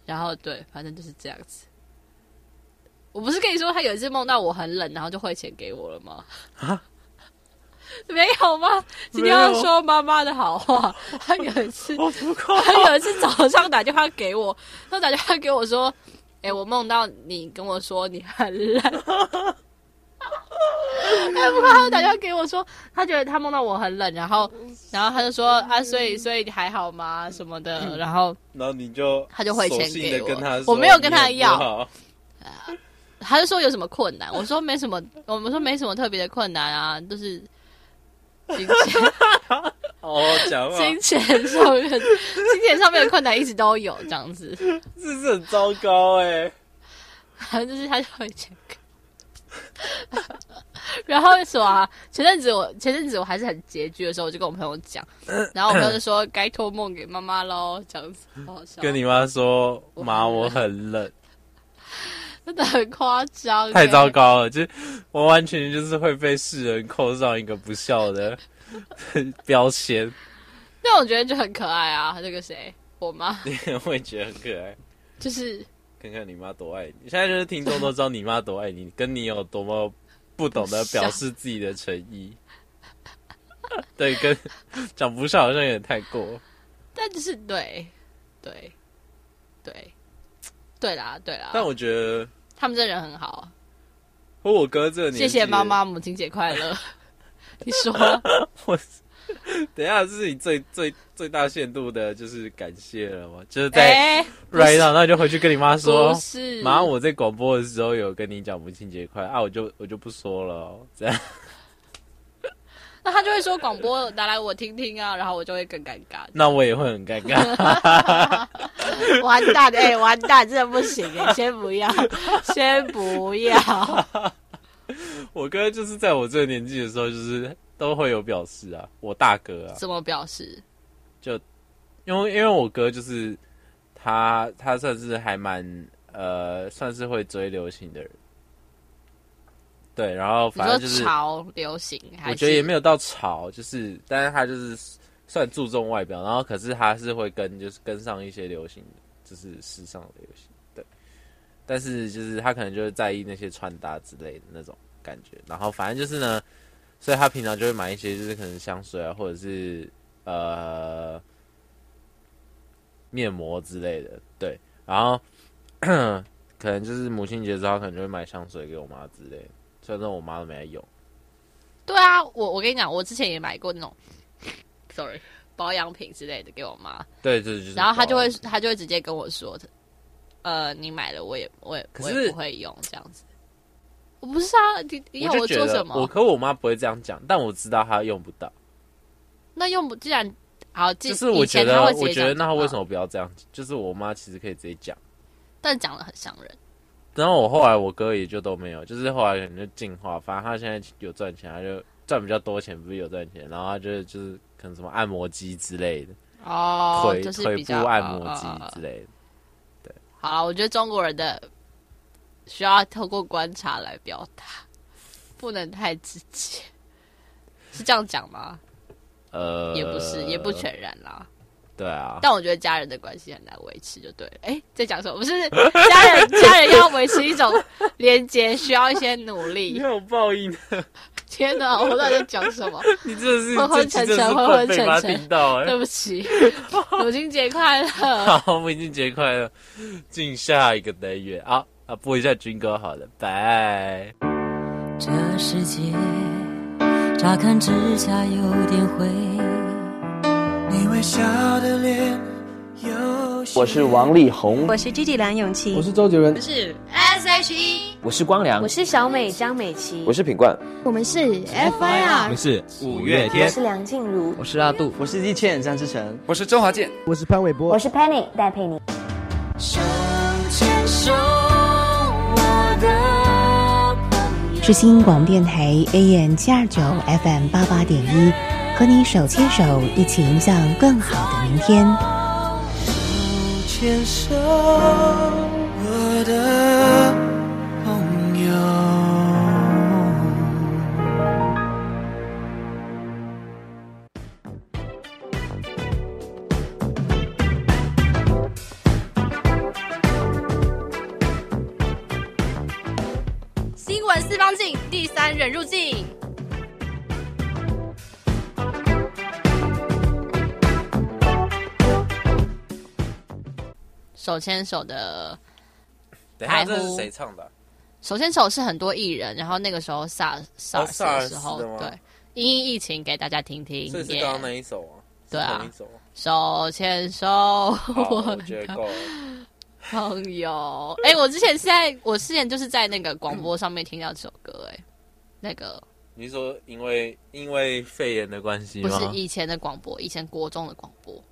Speaker 3: 然后对，反正就是这样子。我不是跟你说他有一次梦到我很冷，然后就汇钱给我了吗？ *laughs* 没有吗？今天要
Speaker 4: 啊没有
Speaker 3: 说妈妈的好话。他有一
Speaker 4: *laughs*
Speaker 3: 次，
Speaker 4: 我不够，
Speaker 3: 他有一次早上打电话给我，他打电话给我说：“哎、我梦到你跟我说你很
Speaker 4: *laughs*
Speaker 3: 冷。”哎，不过他打电话给我说，他觉得他梦到我很冷，然后，然后他就说啊，所以，所以你还好吗？什么
Speaker 4: 嗯
Speaker 3: 的，然后
Speaker 4: 然后你就
Speaker 3: 他就汇钱
Speaker 4: 索性地
Speaker 3: 给我
Speaker 4: 跟他说，
Speaker 3: 我没有跟他
Speaker 4: 你很不
Speaker 3: 要
Speaker 4: 好，
Speaker 3: 他就说有什么困
Speaker 4: *laughs*
Speaker 3: 难，我说没什么，我们说没什么特别的困难啊，就是
Speaker 4: *laughs*
Speaker 3: 金钱
Speaker 4: 哦，讲话
Speaker 3: 金钱上面金钱上面的困难一直都有这样子，
Speaker 4: 这是很糟糕哎。
Speaker 3: 反正就是他就会钱给我。然后什么、啊？前阵子我前阵子我还是很拮据的时候，我就跟我朋友讲，然后我朋友就说该托梦给妈妈喽，这样子，好好笑，
Speaker 4: 跟你妈说，
Speaker 3: 啊我
Speaker 4: 妈，我很冷，
Speaker 3: 真的很夸张，欸
Speaker 4: 太糟。糕了，就是我完全就是会被世人扣上一个不孝的 *laughs* 标签，
Speaker 3: 但我觉得就很可爱啊，那个谁，我妈
Speaker 4: 你也会觉得很可爱。
Speaker 3: 就是
Speaker 4: 看看你妈多爱你，现在就是听众都知道你妈多爱你，跟你有多么不懂得表示自己的诚意。
Speaker 3: *laughs*
Speaker 4: 对，跟讲不上好像有点太过。
Speaker 3: 但就是对，对，对，对啦，对啦。
Speaker 4: 但我觉得
Speaker 3: 他们这人很好，
Speaker 4: 和我哥这个年纪，
Speaker 3: 谢谢妈。妈，母亲节
Speaker 4: *laughs*
Speaker 3: 快乐。你说，
Speaker 4: 等一下是你最最最大限度的就是感谢了吗？就是在
Speaker 3: 哎、不是
Speaker 4: right now，那你就回去跟你妈说
Speaker 3: 不，是，
Speaker 4: 妈，我在广播的时候有跟你讲母亲节快乐啊，我就我就不说了哦，这样。
Speaker 3: 那他就会说广播拿来我听听啊，然后我就会更尴尬
Speaker 4: 那我也会很尴尬。
Speaker 3: 完蛋，哎、完蛋，真的不行哎、先
Speaker 4: *laughs*
Speaker 3: 不要，先不要。
Speaker 4: 我哥就是在我这个年纪的时候，就是都会有表示啊。我大哥啊，
Speaker 3: 怎么表示？
Speaker 4: 因为因为我哥就是他，他算是还蛮呃，算是会追流行的人。对，然后
Speaker 3: 你
Speaker 4: 反
Speaker 3: 说
Speaker 4: 正就是，
Speaker 3: 潮流行，还
Speaker 4: 我觉得也没
Speaker 3: 有
Speaker 4: 有到潮，就是，但是他就是算注重外表，然后可是他是会跟就是跟上一些流行，就是时尚的流行，对。但是就是他可能就会在意那些穿搭之类的那种感觉，然后反正就是呢，所以他平常就会买一些就是可能香水啊，或者是呃面膜之类的，对。然后 *clears throat* 可能就是母亲节之后，他可能就会买香水给我妈之类的，虽然说我妈都没在用。
Speaker 3: 对啊，我我跟你讲，我之前也买过那种，sorry，保养品之类的给我妈，
Speaker 4: 对，这就是。哦
Speaker 3: 然后他就会他就会直接跟我说，呃，你买了我也我也
Speaker 4: 可
Speaker 3: 我
Speaker 4: 是
Speaker 3: 也不会用这样子。我不是啊，你你要
Speaker 4: 我就觉
Speaker 3: 做
Speaker 4: 得
Speaker 3: 什么？
Speaker 4: 我可我妈不会这样讲，但我知道她用不到。
Speaker 3: 那用不既然好，既
Speaker 4: 就是我觉得，我觉得那她
Speaker 3: 他
Speaker 4: 为什么不要这样？就是我妈其实可以直接讲。
Speaker 3: 但讲的很伤人。
Speaker 4: 然后我后来我哥也就都没有，就是后来可能就进化，反正他现在有赚钱，他就赚比较多钱，不是有赚钱，然后他就就是可能什么按摩机之类的，
Speaker 3: 哦，
Speaker 4: 腿
Speaker 3: 就是
Speaker 4: 腿
Speaker 3: 比
Speaker 4: 部
Speaker 3: 较
Speaker 4: 按摩
Speaker 3: 哦
Speaker 4: 机
Speaker 3: 哦哦
Speaker 4: 之类的。
Speaker 3: 好啦，我觉得中国人的需要透过观察来表达，不能太直接，是这样讲吗？
Speaker 4: 呃，
Speaker 3: 也不是，也不。全然啦。
Speaker 4: 对啊，
Speaker 3: 但我觉得家人的关系很难维持，就对了。哎、在讲什么？不是 *laughs* 家人，家人要维持一种连接，需要一些努
Speaker 4: *laughs* 你
Speaker 3: 力。
Speaker 4: 有报应，
Speaker 3: 天哪，我到底在讲什么？
Speaker 4: 你真的是
Speaker 3: 昏昏
Speaker 4: 这集
Speaker 3: 沉
Speaker 4: 真的
Speaker 3: 沉
Speaker 4: 是
Speaker 3: 昏
Speaker 4: 会
Speaker 3: 昏
Speaker 4: 被
Speaker 3: 沉
Speaker 4: 妈
Speaker 3: 沉
Speaker 4: 听到哎
Speaker 3: 对。不起，母亲节快乐。
Speaker 4: *laughs* 好，母亲节快乐！进下一个单元啊啊，播一下军歌好了，拜。
Speaker 5: 这世界乍看之下有点灰，
Speaker 7: 你微笑的脸有些
Speaker 8: 我是王力宏，
Speaker 9: 我是 G G 梁咏琪，
Speaker 10: 是周杰伦，
Speaker 3: 是
Speaker 8: 我是光良，
Speaker 9: 是小美张美琪
Speaker 8: 我是品冠，
Speaker 11: 我们是 FIR，
Speaker 2: 是五月天
Speaker 9: 是梁静茹，
Speaker 8: 我是阿杜，
Speaker 10: 我是易倩、张志成，
Speaker 1: 我是周华健，
Speaker 10: 我是潘玮柏，
Speaker 11: 是 Panic 戴佩妮。是新音广电台 AM 七二九 FM 八八点一，和你手牵手一起迎向更好的明天。
Speaker 7: 牵手，我的朋友。
Speaker 12: 新闻四方镜，第三人入境。
Speaker 3: 手牵手的
Speaker 4: 等一下，
Speaker 3: 白
Speaker 4: 这
Speaker 3: 狐
Speaker 4: 是谁唱的啊？
Speaker 3: 手牵手是很多艺人，然后那个时候 SARS
Speaker 4: 哦
Speaker 3: SARS 的时候，
Speaker 4: SARS 的吗
Speaker 3: 对，因应疫情给大家听听。
Speaker 4: 所以是
Speaker 3: 耶
Speaker 4: 刚刚那一首啊？
Speaker 3: 对
Speaker 4: 是
Speaker 3: 啊
Speaker 4: 同一首。
Speaker 3: 手牵手，
Speaker 4: 好，
Speaker 3: 我
Speaker 4: 我
Speaker 3: 的
Speaker 4: 觉得够了。
Speaker 3: *laughs* 朋友。哎、我之前是在，我之前就是在那个广播上面听到这首歌、哎，那个
Speaker 4: 你是说因为因为肺炎的关系
Speaker 3: 不
Speaker 4: 吗
Speaker 3: 是？以前的广播，以前国中的广播，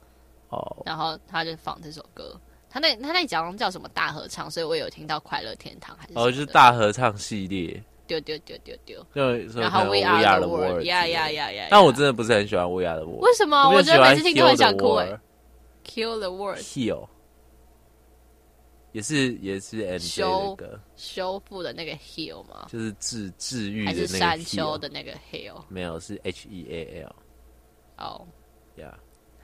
Speaker 4: 哦，
Speaker 3: 然后他就放这首歌。他那他那讲叫什么大合唱，所以我有听到快乐天堂还是什么
Speaker 4: 哦，就是大合唱系列，
Speaker 3: 丢丢丢丢丢，
Speaker 4: 就
Speaker 3: 然后
Speaker 4: We
Speaker 3: We Are
Speaker 4: the
Speaker 3: the World，
Speaker 4: World
Speaker 3: 呀
Speaker 4: 之类的
Speaker 3: 呀呀呀！
Speaker 4: 但我真的不是很喜欢 We Are the World。
Speaker 3: 为什么
Speaker 4: 我
Speaker 3: 我
Speaker 4: 比
Speaker 3: 觉
Speaker 4: 较
Speaker 3: 得
Speaker 4: 喜
Speaker 3: 每次
Speaker 4: 欢 Heal the
Speaker 3: 听都很想哭哎
Speaker 4: World
Speaker 3: Kill the World
Speaker 4: Heal 也是也是 MJ 的
Speaker 3: 修
Speaker 4: 歌，
Speaker 3: 修复的那个 Heal 吗？
Speaker 4: 就是治治愈的
Speaker 3: 还
Speaker 4: 那个啊
Speaker 3: 是山丘
Speaker 4: heal
Speaker 3: 的那个 Heal？
Speaker 4: 没有是 H E A L
Speaker 3: 哦，
Speaker 4: 呀、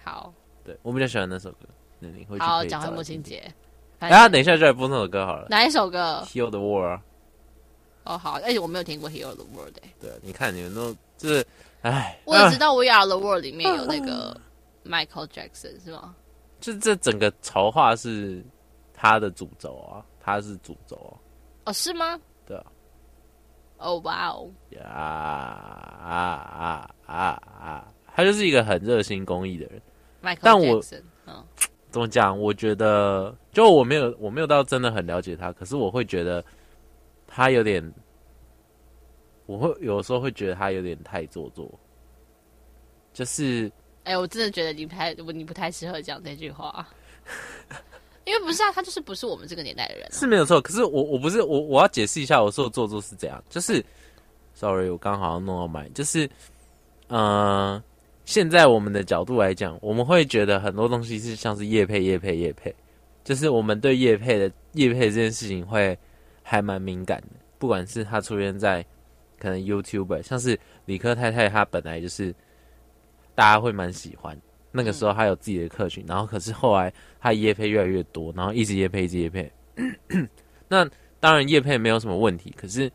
Speaker 3: 好，
Speaker 4: 对我比较喜欢那首歌。那你会去
Speaker 3: 好，
Speaker 4: 可以
Speaker 3: 讲回
Speaker 4: 找来
Speaker 3: 母
Speaker 4: 听
Speaker 3: 亲
Speaker 4: 听。
Speaker 3: 节。
Speaker 4: 哎、
Speaker 3: 反正
Speaker 4: 啊，等一下就来播那首歌好了。
Speaker 3: 哪一首歌？
Speaker 4: Heal the World 啊。
Speaker 3: 哦，好，而且我没有听过 Heal the World 哎，
Speaker 4: 对，你看你们都就是，哎，
Speaker 3: 我只知
Speaker 4: 啊
Speaker 3: 道 We Are the World 里面有那个 Michael Jackson 是吗？
Speaker 4: 就这整个潮话是他的主轴啊，他是主轴、啊，
Speaker 3: 哦，是吗？
Speaker 4: 对啊，
Speaker 3: 哦，哇哦，
Speaker 4: 呀啊啊啊啊！他就是一个很热心公益的人。
Speaker 3: ，Michael
Speaker 4: 但我
Speaker 3: Jackson，嗯，
Speaker 4: 怎么讲？我觉得，就我没有我没有到真的很了解他，可是我会觉得他有点，我会有时候会觉得他有点太做作，就是
Speaker 3: 哎，我真的觉得你不太，你不太适合讲这句话， *laughs* 因为不是啊，他就是不是我们这个年代的人啊。
Speaker 4: 是没有错。可是我我不是我我要解释一下，我说的做作是怎样，就是，sorry，我刚好像弄到麦，就是，呃，现在我们的角度来讲，我们会觉得很多东西是像是叶配叶配叶配，就是我们对叶配的叶配这件事情会还蛮敏感的，不管是它出现在可能 YouTube，像是理科太太，她本来就是大家会蛮喜欢。那个时候她有自己的客群，然后可是后来她叶配越来越多，然后一直叶配，一直叶配。那当然叶配没有什么问题，可是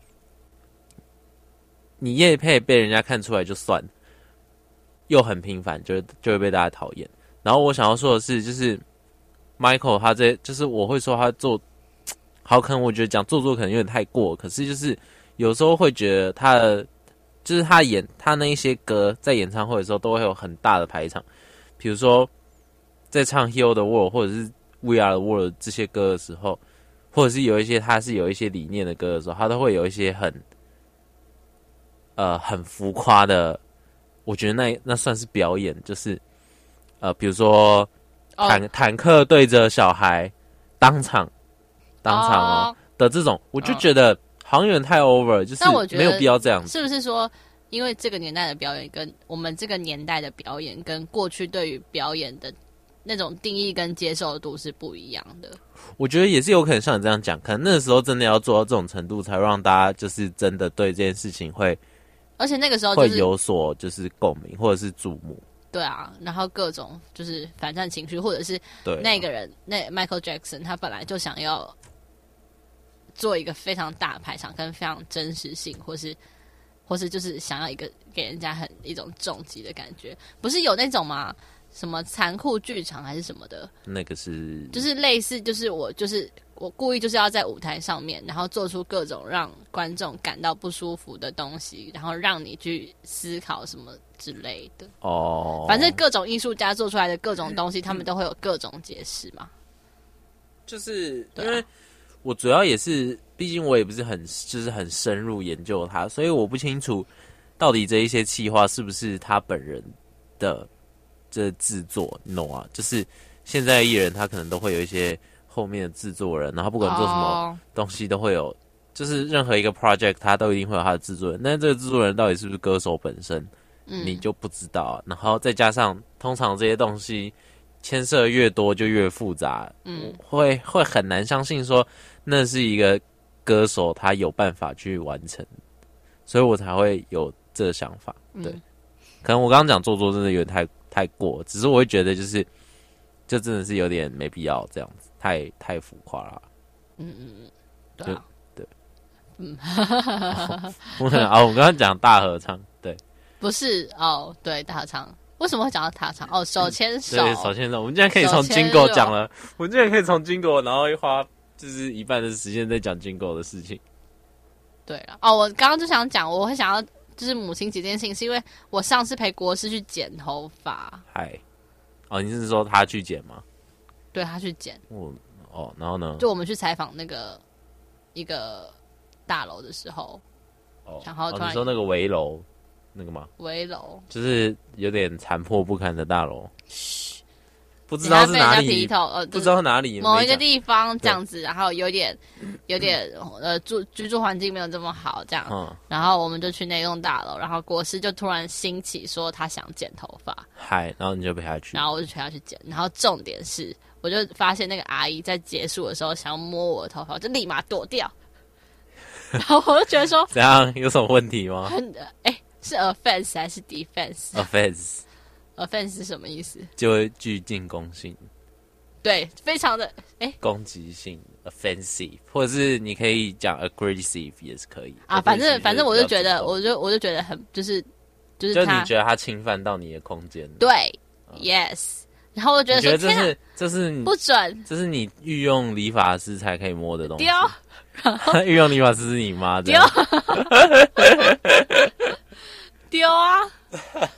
Speaker 4: 你叶配被人家看出来就算了，又很频繁，就会就会被大家讨厌。然后我想要说的是，就是 Michael 他这就是我会说他做，好可能我觉得讲做作可能有点太过，可是就是有时候会觉得他的就是他演他那一些歌在演唱会的时候都会有很大的排场，比如说在唱《Heal the World》或者是《We Are the World》这些歌的时候，或者是有一些他是有一些理念的歌的时候，他都会有一些很呃很浮夸的，我觉得那那算是表演，就是呃比如说
Speaker 3: 哦
Speaker 4: 坦、坦克对着小孩当场当场哦
Speaker 3: 哦
Speaker 4: 的这种，我就觉得好像有点太 over，就是
Speaker 3: 但我觉得
Speaker 4: 没有必要这样子。
Speaker 3: 是不是说，因为这个年代的表演跟我们这个年代的表演跟过去对于表演的那种定义跟接受度是不一样的？
Speaker 4: 我觉得也是有可能像你这样讲，可能那时候真的要做到这种程度，才让大家就是真的对这件事情会、
Speaker 3: 而且那个时候哦就
Speaker 4: 会
Speaker 3: 是
Speaker 4: 有所就是共鸣或者是瞩目。
Speaker 3: 对啊，然后各种就是反战情绪，或者是
Speaker 4: 对啊
Speaker 3: 那个人那 Michael Jackson 他本来就想要做一个非常大的排场跟非常真实性，或是或是就是想要一个给人家很一种重击的感觉，不是有那种吗？什么残酷剧场还是什么的，
Speaker 4: 那个是
Speaker 3: 就是类似，就是我就是我故意就是要在舞台上面，然后做出各种让观众感到不舒服的东西，然后让你去思考什么之类的。
Speaker 4: 哦，
Speaker 3: 反正各种艺术家做出来的各种东西，他们都会有各种解释嘛。
Speaker 4: 就是因为啊我主要也是，毕竟我也不是很就是很深入研究他，所以我不清楚到底这一些企划是不是他本人的这制作，你懂啊？就是现在艺人他可能都会有一些后面的制作人，然后不管做什么
Speaker 3: 哦
Speaker 4: 东西都会有。就是任何一个 project，他都一定会有他的制作人，但是这个制作人到底是不是歌手本身，
Speaker 3: 嗯
Speaker 4: 你就不知道啊。然后再加上，通常这些东西牵涉越多就越复杂，
Speaker 3: 嗯
Speaker 4: 会会很难相信说那是一个歌手他有办法去完成，所以我才会有这个想法。对，
Speaker 3: 嗯
Speaker 4: 可能我刚刚讲做作真的有点太太过，只是我会觉得就是，就真的是有点没必要这样子，太太浮夸了。
Speaker 3: 嗯嗯嗯，对
Speaker 4: 就
Speaker 3: 啊，
Speaker 4: 对，
Speaker 3: 嗯，
Speaker 4: 我 *laughs* 可能啊，我刚刚讲大合唱，对
Speaker 3: 不是哦，对，大合唱为什么会讲到大合唱？哦，手牵手，
Speaker 4: 嗯对，首先呢，我们竟然可以从
Speaker 3: 手牵
Speaker 4: 金
Speaker 3: 手
Speaker 4: 狗讲了，我们竟然可以从金狗，然后花就是一半的时间在讲金狗的事情。
Speaker 3: 对了，哦，我刚刚就想讲，我会想要就是母亲节这件事情，是因为我上次陪国师去剪头发，
Speaker 4: 嗨，哦，你是说他去剪吗？
Speaker 3: 对他去剪，
Speaker 4: 我哦，然后呢？
Speaker 3: 就我们去采访那个一个大楼的时候，
Speaker 4: 哦
Speaker 3: 然后
Speaker 4: 哦
Speaker 3: 突然
Speaker 4: 你说那个围楼那个吗？
Speaker 3: 围楼
Speaker 4: 就是有点残破不堪的大楼，不知
Speaker 3: 等
Speaker 4: 道
Speaker 3: 下
Speaker 4: 是
Speaker 3: 被人
Speaker 4: 哪
Speaker 3: 家
Speaker 4: 里
Speaker 3: 劈，头呃
Speaker 4: 不知道哪里
Speaker 3: 某
Speaker 4: 没
Speaker 3: 一个
Speaker 4: 讲
Speaker 3: 地方这
Speaker 4: 对
Speaker 3: 样子，然后有点有点呃住居住环境没有这么好这样，
Speaker 4: 嗯
Speaker 3: 然后我们就去那栋大楼，然后国师就突然兴起说他想剪头发，
Speaker 4: 嗨，然后你就陪他去
Speaker 3: 然，后我就陪他去剪。然后重点是，我就发现那个阿姨在结束的时候想要摸我的头发，我就立马
Speaker 4: *laughs*
Speaker 3: 躲掉。然后我就觉得说，
Speaker 4: 怎样？有什么问题吗
Speaker 3: 很呃哎、是 offense 还是 defense？offense、
Speaker 4: ？Offense
Speaker 3: 是什么意思？
Speaker 4: 就会具进攻性、
Speaker 3: 对，非常的哎、
Speaker 4: 攻击性 （offensive），或者是你可以讲 aggressive 也是可以
Speaker 3: 啊，反
Speaker 4: Aggressive
Speaker 3: 正反正我
Speaker 4: 是
Speaker 3: 就
Speaker 4: 比较
Speaker 3: 觉
Speaker 4: 主
Speaker 3: 得，
Speaker 4: 动
Speaker 3: 我就我就觉得很就是就是
Speaker 4: 就
Speaker 3: 他
Speaker 4: 你觉得他侵犯到你的空间了，
Speaker 3: 对、yes，然后我就
Speaker 4: 你觉
Speaker 3: 觉
Speaker 4: 得
Speaker 3: 得说
Speaker 4: 这
Speaker 3: 天
Speaker 4: 是
Speaker 3: 啊，
Speaker 4: 这是你
Speaker 3: 不准
Speaker 4: 这是你御用理发师才可以摸的东西
Speaker 3: 丢。
Speaker 4: *laughs* 御用理发师是你妈的
Speaker 3: 丢，丢啊！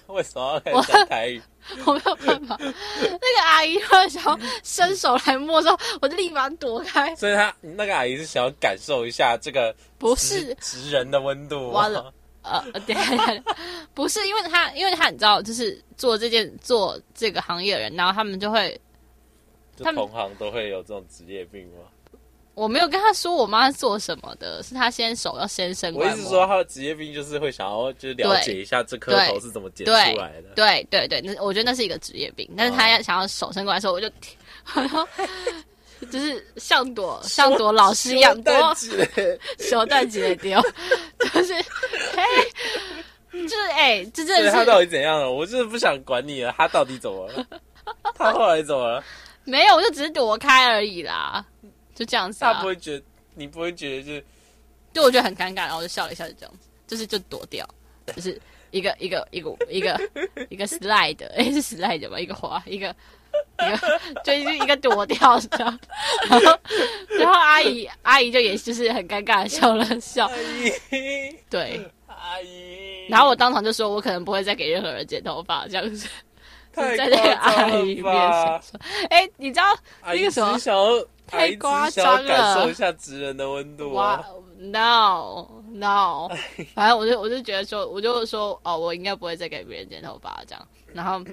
Speaker 4: 为什么
Speaker 3: 我
Speaker 4: 讲台语？
Speaker 3: 我没有办法。那个阿姨突然想要伸手来摸的时候，我就立马躲开。
Speaker 4: 所以他那个阿姨是想要感受一下这个
Speaker 3: 不是
Speaker 4: 直人的温度
Speaker 3: 完了，呃，对， *laughs* 不是因为他，因为他你知道，就是做这件做这个行业的人，然后他们就会，
Speaker 4: 就
Speaker 3: 他们
Speaker 4: 同行都会有这种职业病吗？
Speaker 3: 我没有跟他说我妈做什么的，是他先手要先伸过
Speaker 4: 我
Speaker 3: 来
Speaker 4: 一直
Speaker 3: 摸
Speaker 4: 说他的职业病就是会想要就是了解一下这颗
Speaker 3: 对
Speaker 4: 头是怎么剪出
Speaker 3: 对
Speaker 4: 来的。哦
Speaker 3: 对对对，那我觉得那是一个职业病，但是他要想要手伸过来的时候，我就， *laughs* 然后就是像躲像躲老师一样躲，手段级的
Speaker 4: *laughs*
Speaker 3: 丢，就是哎、就是哎、这真
Speaker 4: 对
Speaker 3: 的
Speaker 4: 他
Speaker 3: 是
Speaker 4: 到底怎样了？我就是不想管你了。他到底怎么了？
Speaker 3: *laughs*
Speaker 4: 他后来怎么了？
Speaker 3: 没有，我就只是躲开而已啦，就这样子、
Speaker 4: 他
Speaker 3: 啊
Speaker 4: 不。会觉得，你不会觉得就是
Speaker 3: 对，我觉得很尴尬，然后我就笑了一下，就这样子，就是就躲掉，就是一个一个一个一个一个 slide，哎、是 slide 吧？一个滑，一个一个就是一个躲掉这样，然后然后阿姨阿姨就也就是很尴尬的笑了笑，对。
Speaker 4: 阿姨，
Speaker 3: 然后我当场就说，我可能不会再给任何人剪头发这样子。
Speaker 4: 太
Speaker 3: 在那个
Speaker 4: 夸张
Speaker 3: 阿
Speaker 4: 了
Speaker 3: 姨面
Speaker 4: 吧
Speaker 3: 前说：“哎、你知道
Speaker 4: 阿
Speaker 3: 那
Speaker 4: 姨
Speaker 3: 个
Speaker 4: 只
Speaker 3: 什么
Speaker 4: 是想要
Speaker 3: 太
Speaker 4: 阿姨只是
Speaker 3: 夸
Speaker 4: 想要
Speaker 3: 张
Speaker 4: 感
Speaker 3: 了
Speaker 4: 受一下职人的温度
Speaker 3: 哇
Speaker 4: 啊。
Speaker 3: ，no no，反正我就我就觉得说，我就说哦，我应该不会再给别人剪头发这样。然后，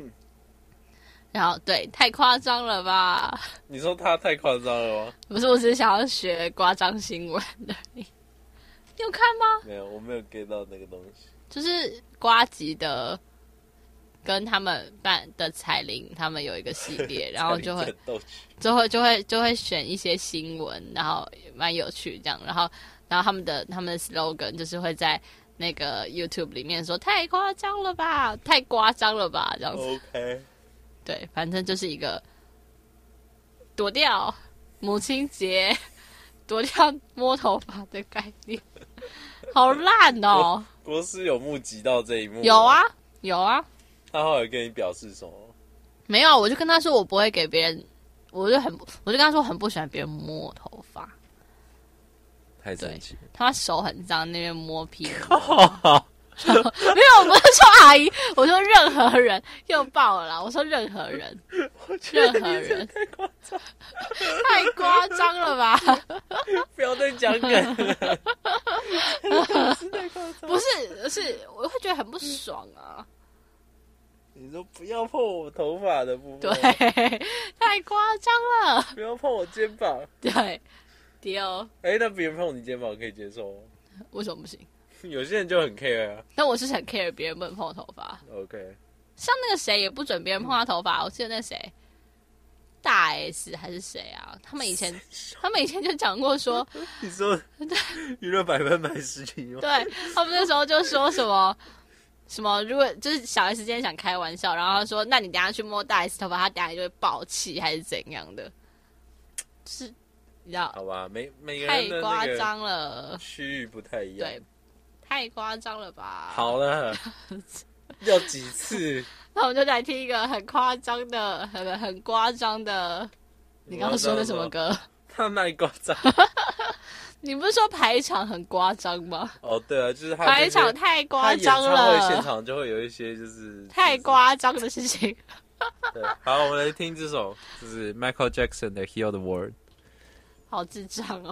Speaker 3: 然后对，太夸张了吧？
Speaker 4: 你说他太夸张了吗？
Speaker 3: 不是，我只是想要学夸张新闻而已。你有看吗？
Speaker 4: 没有，我没有 get 到那个东西。
Speaker 3: 就是瓜吉的跟他们办的彩铃，他们有一个系列，然后就会
Speaker 4: 很逗
Speaker 3: *laughs*
Speaker 4: 趣。
Speaker 3: 就会就会就会选一些新闻，然后也蛮有趣这样，然后然后他们的他们的 slogan 就是会在那个 YouTube 里面说太夸张了吧，太夸张了吧这样
Speaker 4: 哦
Speaker 3: 子，
Speaker 4: OK，
Speaker 3: 对，反正就是一个躲掉母亲节， *laughs* 躲掉摸头发的概念，好烂哦，
Speaker 4: 国师有目击到这一幕。
Speaker 3: 有啊，有啊，
Speaker 4: 他后来跟你表示什么？
Speaker 3: 没有，我就跟他说我不会给别人，我就很我就跟他说我很不喜欢别人摸我头发。
Speaker 4: 太神奇了。
Speaker 3: 他手很脏，那边摸 *laughs* 屁股。没有，我不是说阿姨，我说任何人又爆了啦，我说任何人，任何人，太夸张，太夸张了吧？
Speaker 4: 不要再讲梗了。 *laughs*
Speaker 3: 不是，是我会觉得很不爽啊，
Speaker 4: 你说不要碰我头发的部
Speaker 3: 对
Speaker 4: 分，，
Speaker 3: 太夸张了，
Speaker 4: 不要碰我肩膀。
Speaker 3: 对，丢，
Speaker 4: 哎，那别人碰你肩膀可以接受吗？ *laughs*
Speaker 3: 为什么不行？
Speaker 4: 有些人就很 care 啊。
Speaker 3: 但我是很 care 别人不能碰我头发，
Speaker 4: OK，
Speaker 3: 像那个谁也不准别人碰他头发，我记得那谁大 S 还是谁啊？他们以前他们以前就讲过说，
Speaker 4: 你
Speaker 3: *laughs*
Speaker 4: 说娱乐百分百十几吗？
Speaker 3: 对他们那时候就说什么。什么？如果就是小 S 今天想开玩笑，然后他说：“那你等一下去摸大 S 头发，他等一下就会爆气，还是怎样的？”就是你知道，
Speaker 4: 好吧，每每个
Speaker 3: 太
Speaker 4: 人的
Speaker 3: 夸
Speaker 4: 那个
Speaker 3: 张 *laughs* 了，
Speaker 4: 区域不太一样。
Speaker 3: 对，太夸张了吧？
Speaker 4: 好
Speaker 3: *laughs*
Speaker 4: 了，要几次？
Speaker 3: 那我们就来听一个很夸张的、很很夸张的。你刚刚说的什么歌？
Speaker 4: 他卖瓜
Speaker 3: *laughs*
Speaker 4: 张
Speaker 3: 你不是说排场很夸张吗？
Speaker 4: 哦，对啊，就是他
Speaker 3: 排场太夸张了
Speaker 4: 演唱会现场就会有一些就是
Speaker 3: 太夸张的事情。
Speaker 4: 对。好，我们来听这首，就是 Michael Jackson 的《Heal the World》。 *laughs*
Speaker 3: 好智障哦！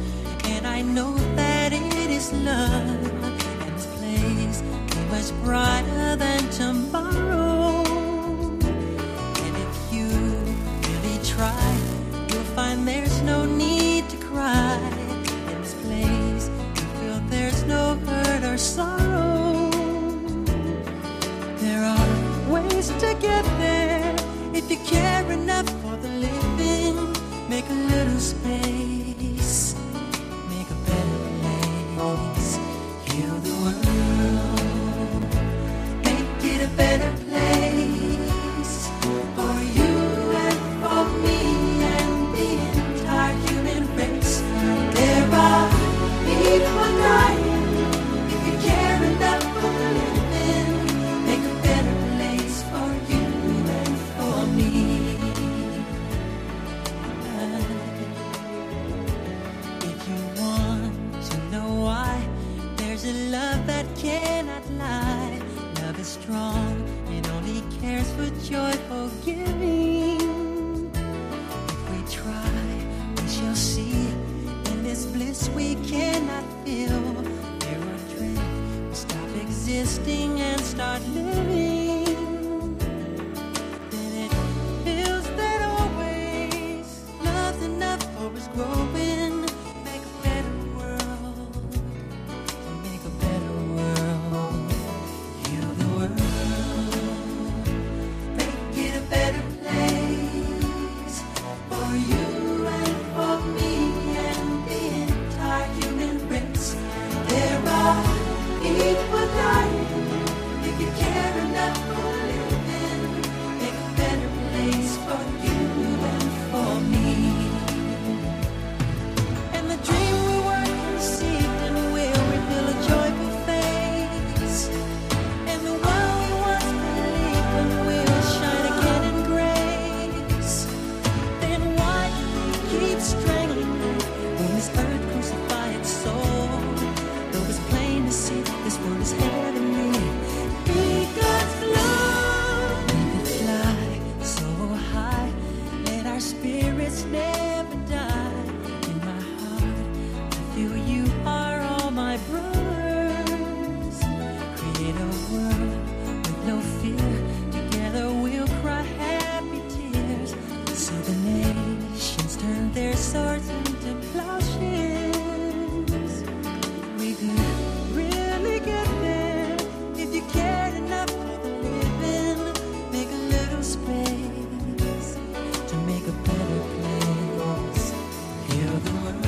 Speaker 5: and I know that it is love. And this place is much brighter than tomorrow. And if you really try, you'll find there's no need to cry. In this place, you feel there's no hurt or sorrow. There are ways to get there if you care enough for the living. Make a little space, make a better place. Heal the world, make it a better place for you and for me and the entire human race. There are people dying. If you care enough for the living, make a better place for you and for me. If you want to know why, there's a love that cannot lie. Love is strong, it only cares for joyful giving. If we try, we shall see. In this bliss we cannot feel. There are dreams, we stop existing and start living. Then it feels that always love's enough for us growing. Make a better world, make a better world. Heal the world, make it a better place for you and for me and the entire human race. There are equal dying if you care enough for living. Make a better place for you and for me. And the dream we were conceived in will reveal a joyful face. And the one we once believed in will shine again in grace. Then why do we keep strangling it when this earth crucify its soul? Though it's plain to see that this world is heavenly. Be God's love. Let it fly so high. Let our spirits never die. In my heart, I feel you are all my brothers. Create a world with no fear. Together we'll cry happy tears. So the nations turn their swords into plowshares. We could really get there if you cared enough for the living. Make a little space to make a better place. Heal the world.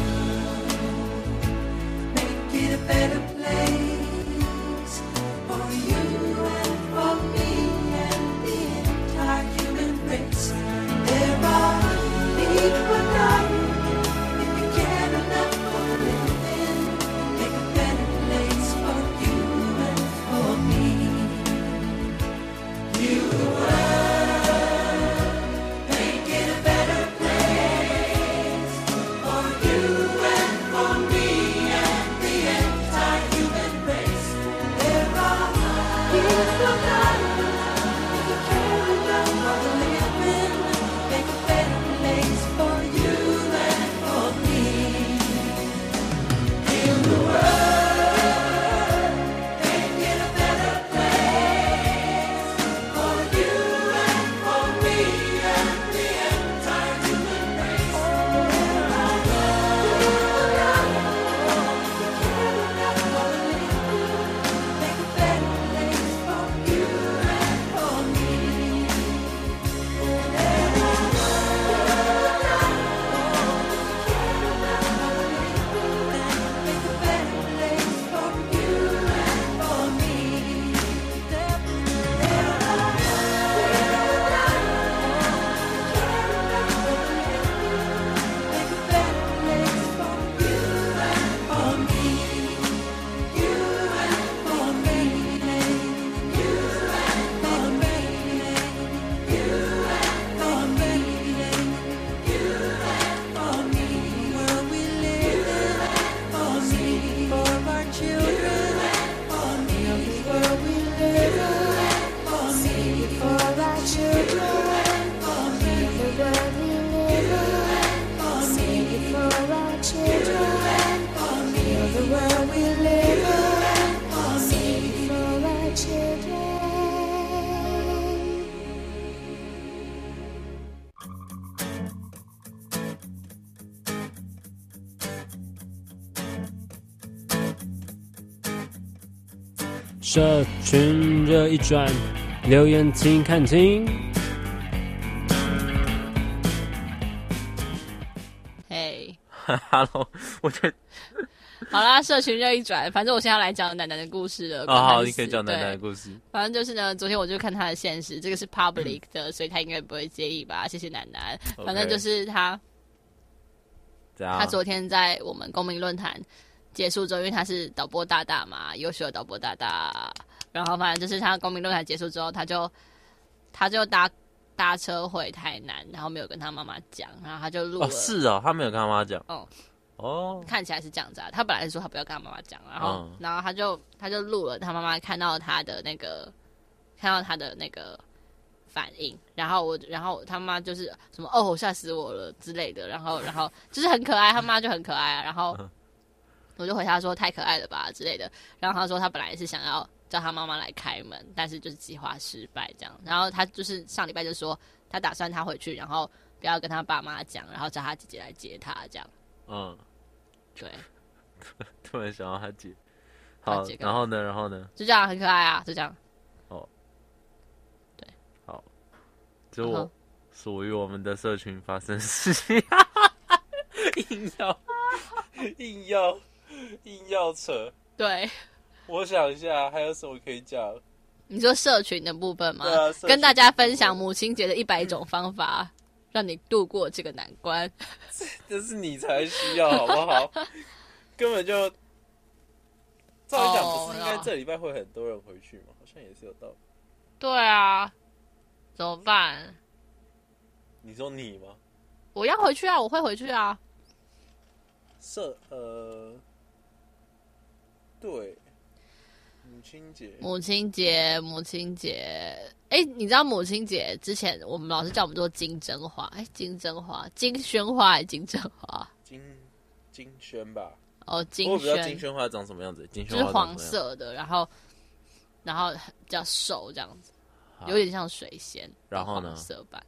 Speaker 13: 社群热一转，留言请看清。
Speaker 3: 嘿，
Speaker 4: Hello，我觉得
Speaker 3: 好啦，社群热一转，反正我现在要来讲奶奶的故事了。
Speaker 4: 哦好，
Speaker 3: 关于
Speaker 4: 你可以
Speaker 3: 死
Speaker 4: 讲奶奶
Speaker 3: 对
Speaker 4: 的故事。
Speaker 3: 反正就是呢，昨天我就看他的现实，这个是 public 的，所以他应该不会介意吧？谢谢楠楠。
Speaker 4: OK
Speaker 3: 反正就是他，
Speaker 4: 怎样？啊
Speaker 3: 他昨天在我们公民论坛结束之后，因为他是导播大大嘛，优秀的导播大大。然后反正就是他公民论坛结束之后，他就他就搭搭车回台南，然后没有跟他妈妈讲，然后他就录了。
Speaker 4: 哦，是哦，他没有跟他妈讲。
Speaker 3: 哦，
Speaker 4: 哦，
Speaker 3: 看起来是这样子啊。他本来是说他不要跟他妈妈讲，然后、
Speaker 4: 嗯
Speaker 3: 然后他就他就录了他妈妈看到他的那个看到他的那个反应，然后我然后他妈就是什么哦吓死我了之类的，然后然后就是很可爱，他妈就很可爱啊，然后我就回他说太可爱了吧之类的，然后他说他本来是想要叫他妈妈来开门，但是就是计划失败这样，然后他就是上礼拜就说他打算他回去，然后不要跟他爸妈讲，然后叫他姐姐来接他这样，
Speaker 4: 嗯，
Speaker 3: 对。
Speaker 4: 突然想到他姐。好
Speaker 3: 他姐，干
Speaker 4: 然
Speaker 3: 嘛
Speaker 4: 后呢？然后呢？
Speaker 3: 就这样很可爱啊，就这样。
Speaker 4: 哦，对，好，就
Speaker 3: 嗯
Speaker 4: 我属于我们的社群发生事情，硬要硬要硬要扯。
Speaker 3: 对，
Speaker 4: 我想一下还有什么可以讲。
Speaker 3: 你说社群的部分吗？
Speaker 4: 对啊社群
Speaker 3: 跟大家分享母亲节的一百种方法，让你度过这个难关。
Speaker 4: 这是你才需要，好不好？根本就，照理讲，不是应该这礼拜会很多人回去吗？好像也是有道理。
Speaker 3: 对啊，怎么办？
Speaker 4: 你说你吗？
Speaker 3: 我要回去啊，我会回去啊。
Speaker 4: 社呃，对，母亲节，
Speaker 3: 母亲节，母亲节，哎、你知道母亲节之前，我们老师叫我们做金针花，哎、金针花，金萱花还是金针花？
Speaker 4: 金金萱吧。
Speaker 3: 哦，金
Speaker 4: 我也不知道
Speaker 3: 萱
Speaker 4: 金萱花长什么样子，金
Speaker 3: 就
Speaker 4: 萱
Speaker 3: 是
Speaker 4: 花长什
Speaker 3: 黄
Speaker 4: 么样子
Speaker 3: 色的，然后然后比较瘦这样子，
Speaker 4: 好
Speaker 3: 有点像水仙，
Speaker 4: 然后呢
Speaker 3: 黄色版。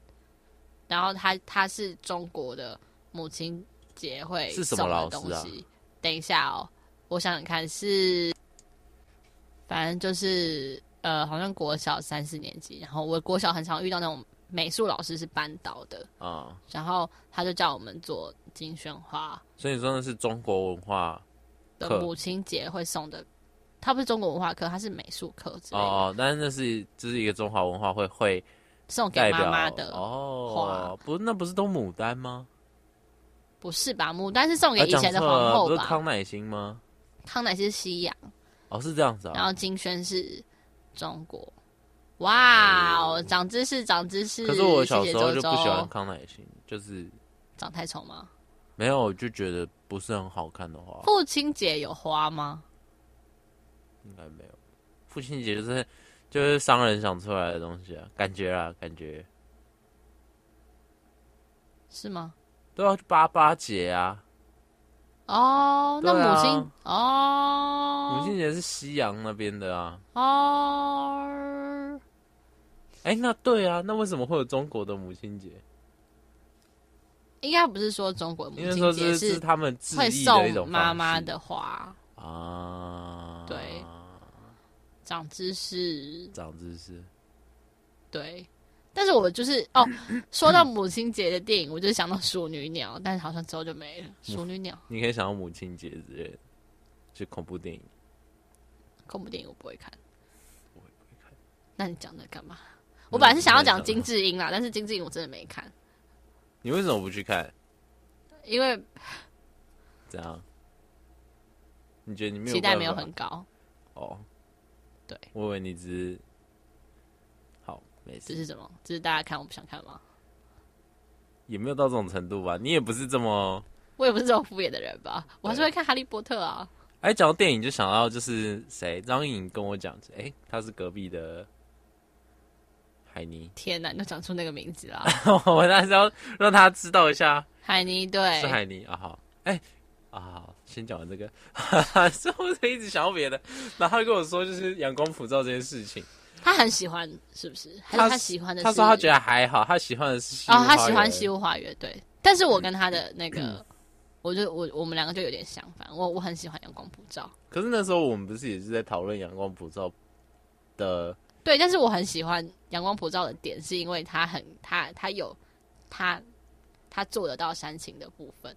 Speaker 3: 然后它它是中国的母亲节会
Speaker 4: 是什么
Speaker 3: 送的
Speaker 4: 老师
Speaker 3: 东
Speaker 4: 啊
Speaker 3: 西。等一下哦，我想想看是，反正就是呃，好像国小三四年级，然后我国小很常遇到那种美术老师是班导的，
Speaker 4: 啊、
Speaker 3: 然后他就叫我们做金萱花，
Speaker 4: 所以你说那是中国文化
Speaker 3: 的
Speaker 4: 课
Speaker 3: 母亲节会送的，它不是中国文化课，它是美术课之类的，
Speaker 4: 哦，但是那是这是一个中华文化会会
Speaker 3: 送给
Speaker 4: 代
Speaker 3: 妈
Speaker 4: 表
Speaker 3: 妈的
Speaker 4: 哦，不，那不是都牡丹吗？
Speaker 3: 不是吧？牡丹是送给
Speaker 4: 啊
Speaker 3: 以前的皇
Speaker 4: 讲错了不
Speaker 3: 后
Speaker 4: 是
Speaker 3: 吧？
Speaker 4: 康乃馨吗？
Speaker 3: 康乃馨是西洋，
Speaker 4: 哦，是这样子啊。
Speaker 3: 然后金萱是中国。哇哦，长知识，长知识！
Speaker 4: 可是我小时候
Speaker 3: 谢谢
Speaker 4: 就
Speaker 3: 周周
Speaker 4: 不喜欢康乃馨，就是
Speaker 3: 长太丑吗？
Speaker 4: 没有，我就觉得不是很好看的花，
Speaker 3: 父亲节有花吗？
Speaker 4: 应该没有。父亲节就是就是商人想出来的东西啊，感觉啊，感觉
Speaker 3: 是吗？
Speaker 4: 对啊，就八八节啊，
Speaker 3: 哦，那
Speaker 4: 对啊
Speaker 3: 母亲、哦，
Speaker 4: 母亲节是西洋那边的啊。
Speaker 3: 哦，
Speaker 4: 哎、那对啊，那为什么会有中国的母亲节？
Speaker 3: 应该不是说中国母
Speaker 4: 因为
Speaker 3: 亲
Speaker 4: 说
Speaker 3: 节
Speaker 4: 这是他们致
Speaker 3: 会
Speaker 4: 意的一
Speaker 3: 送
Speaker 4: 种
Speaker 3: 妈
Speaker 4: 方
Speaker 3: 妈
Speaker 4: 式
Speaker 3: 的花，
Speaker 4: 啊，
Speaker 3: 对，长知识，
Speaker 4: 长知识。
Speaker 3: 对。但是我就是哦，说到母亲节的电影，我就想到《淑女鸟》，但是好像之后就没了。《淑女鸟
Speaker 4: 你可以想到母亲节之类的，就恐怖电影。》
Speaker 3: 恐怖电影我不会看，那你讲那干嘛？我本来是想要讲金智英啦，但是金智英我真的没看，
Speaker 4: 你为什么不去看？
Speaker 3: 因为
Speaker 4: 怎样？你觉得你没有
Speaker 3: 期待
Speaker 4: 办
Speaker 3: 没有
Speaker 4: 法
Speaker 3: 很高，
Speaker 4: 哦？
Speaker 3: 对，
Speaker 4: 我以为你只是好没
Speaker 3: 这
Speaker 4: 事，
Speaker 3: 是什么？这是大家看我不想看吗？
Speaker 4: 也没有到这种程度吧？你也不是这么
Speaker 3: 我也不是这种敷衍的人吧？我还是会看《哈利波特》啊。
Speaker 4: 哎，讲到电影就想到就是谁，张颖跟我讲，哎、他是隔壁的海尼，
Speaker 3: 天哪，你都讲出那个名
Speaker 4: *laughs*
Speaker 3: 字啦！
Speaker 4: 我那是要让他知道一下
Speaker 3: 海尼对
Speaker 4: 是海尼啊，好，哎、啊，好先讲完这个， *laughs* 是不是一直想要别的？然后他跟我说就是阳光普照这件事情，
Speaker 3: 他很喜欢，是不是？还是他喜欢的是？
Speaker 4: 他说他觉得还好，他喜欢的是西
Speaker 3: 哦，他
Speaker 4: 屋花
Speaker 3: 喜欢
Speaker 4: 园
Speaker 3: 西屋花园，对。但是我跟他的
Speaker 4: *clears throat*
Speaker 3: 那个，我就我我们两个就有点相反。我我很喜欢阳光普照，
Speaker 4: 可是那时候我们不是也是在讨论阳光普照的，
Speaker 3: 对，但是我很喜欢阳光普照的点，是因为它很它它有它它做得到煽情的部分。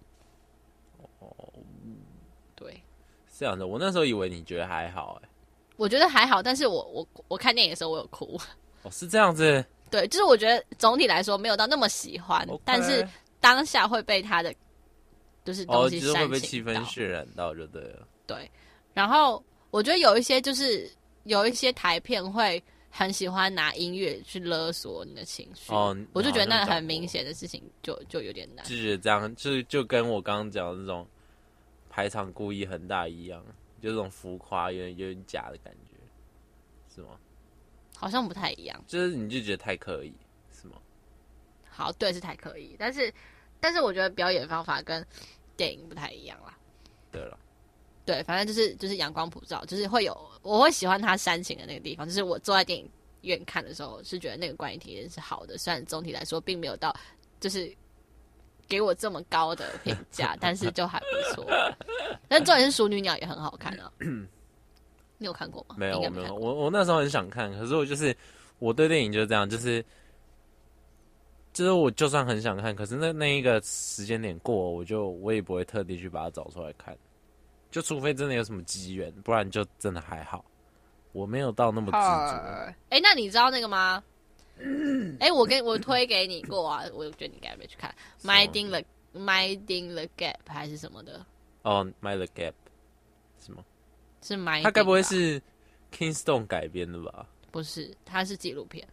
Speaker 4: 哦
Speaker 3: 对，
Speaker 4: 是这样的。我那时候以为你觉得还好、哎，
Speaker 3: 我觉得还好，但是我我我看电影的时候我有哭。
Speaker 4: 哦，是这样子，
Speaker 3: 对，就是我觉得总体来说没有到那么喜欢但是当下会被他的就是
Speaker 4: 哦，就
Speaker 3: 东西
Speaker 4: 是会
Speaker 3: 煽
Speaker 4: 被
Speaker 3: 情
Speaker 4: 气氛渲染到，就对了。
Speaker 3: 对，然后我觉得有一些就是有一些台片会很喜欢拿音乐去勒索你的情绪，
Speaker 4: 哦
Speaker 3: 我就觉得
Speaker 4: 好
Speaker 3: 那
Speaker 4: 像懂
Speaker 3: 很明显的事情就就有点难。
Speaker 4: 就是这样，就是就跟我刚刚讲的那种排场故意很大一样，就这种浮夸，有点有点假的感觉，是吗？
Speaker 3: 好像不太一样。
Speaker 4: 就是你就觉得太刻意，是吗？
Speaker 3: 好，对，是才可以，但是但是我觉得表演方法跟电影不太一样啦。
Speaker 4: 对了，
Speaker 3: 对，反正就是就是阳光普照，就是会有我会喜欢它煽情的那个地方，就是我坐在电影院看的时候是觉得那个观影体验是好的，虽然总体来说并没有到就是给我这么高的评价，但是就还
Speaker 4: *laughs*
Speaker 3: 不错。但重点是《熟女鸟》也很好看
Speaker 4: *clears throat*
Speaker 3: 啊，你有看过吗？
Speaker 4: 没有，
Speaker 3: 哦应该
Speaker 4: 我没
Speaker 3: 看
Speaker 4: 有，
Speaker 3: 过
Speaker 4: 我我那时候很想看，可是我就是我对电影就是这样，就是就是我就算很想看，可是那那一个时间点过，我就我也不会特地去把它找出来看，就除非真的有什么机缘，不然就真的还好，我没有到那么执着。
Speaker 3: 哎、那你知道那个吗？哎、我跟我推给你过啊，我觉得你应该没去看《Minding the Minding the Gap》还是什么的，
Speaker 4: 哦，《My the Gap》是吗？
Speaker 3: 是 Mind。
Speaker 4: 它该不会是 Kingston 改编的吧？
Speaker 3: 不是，它是纪录片，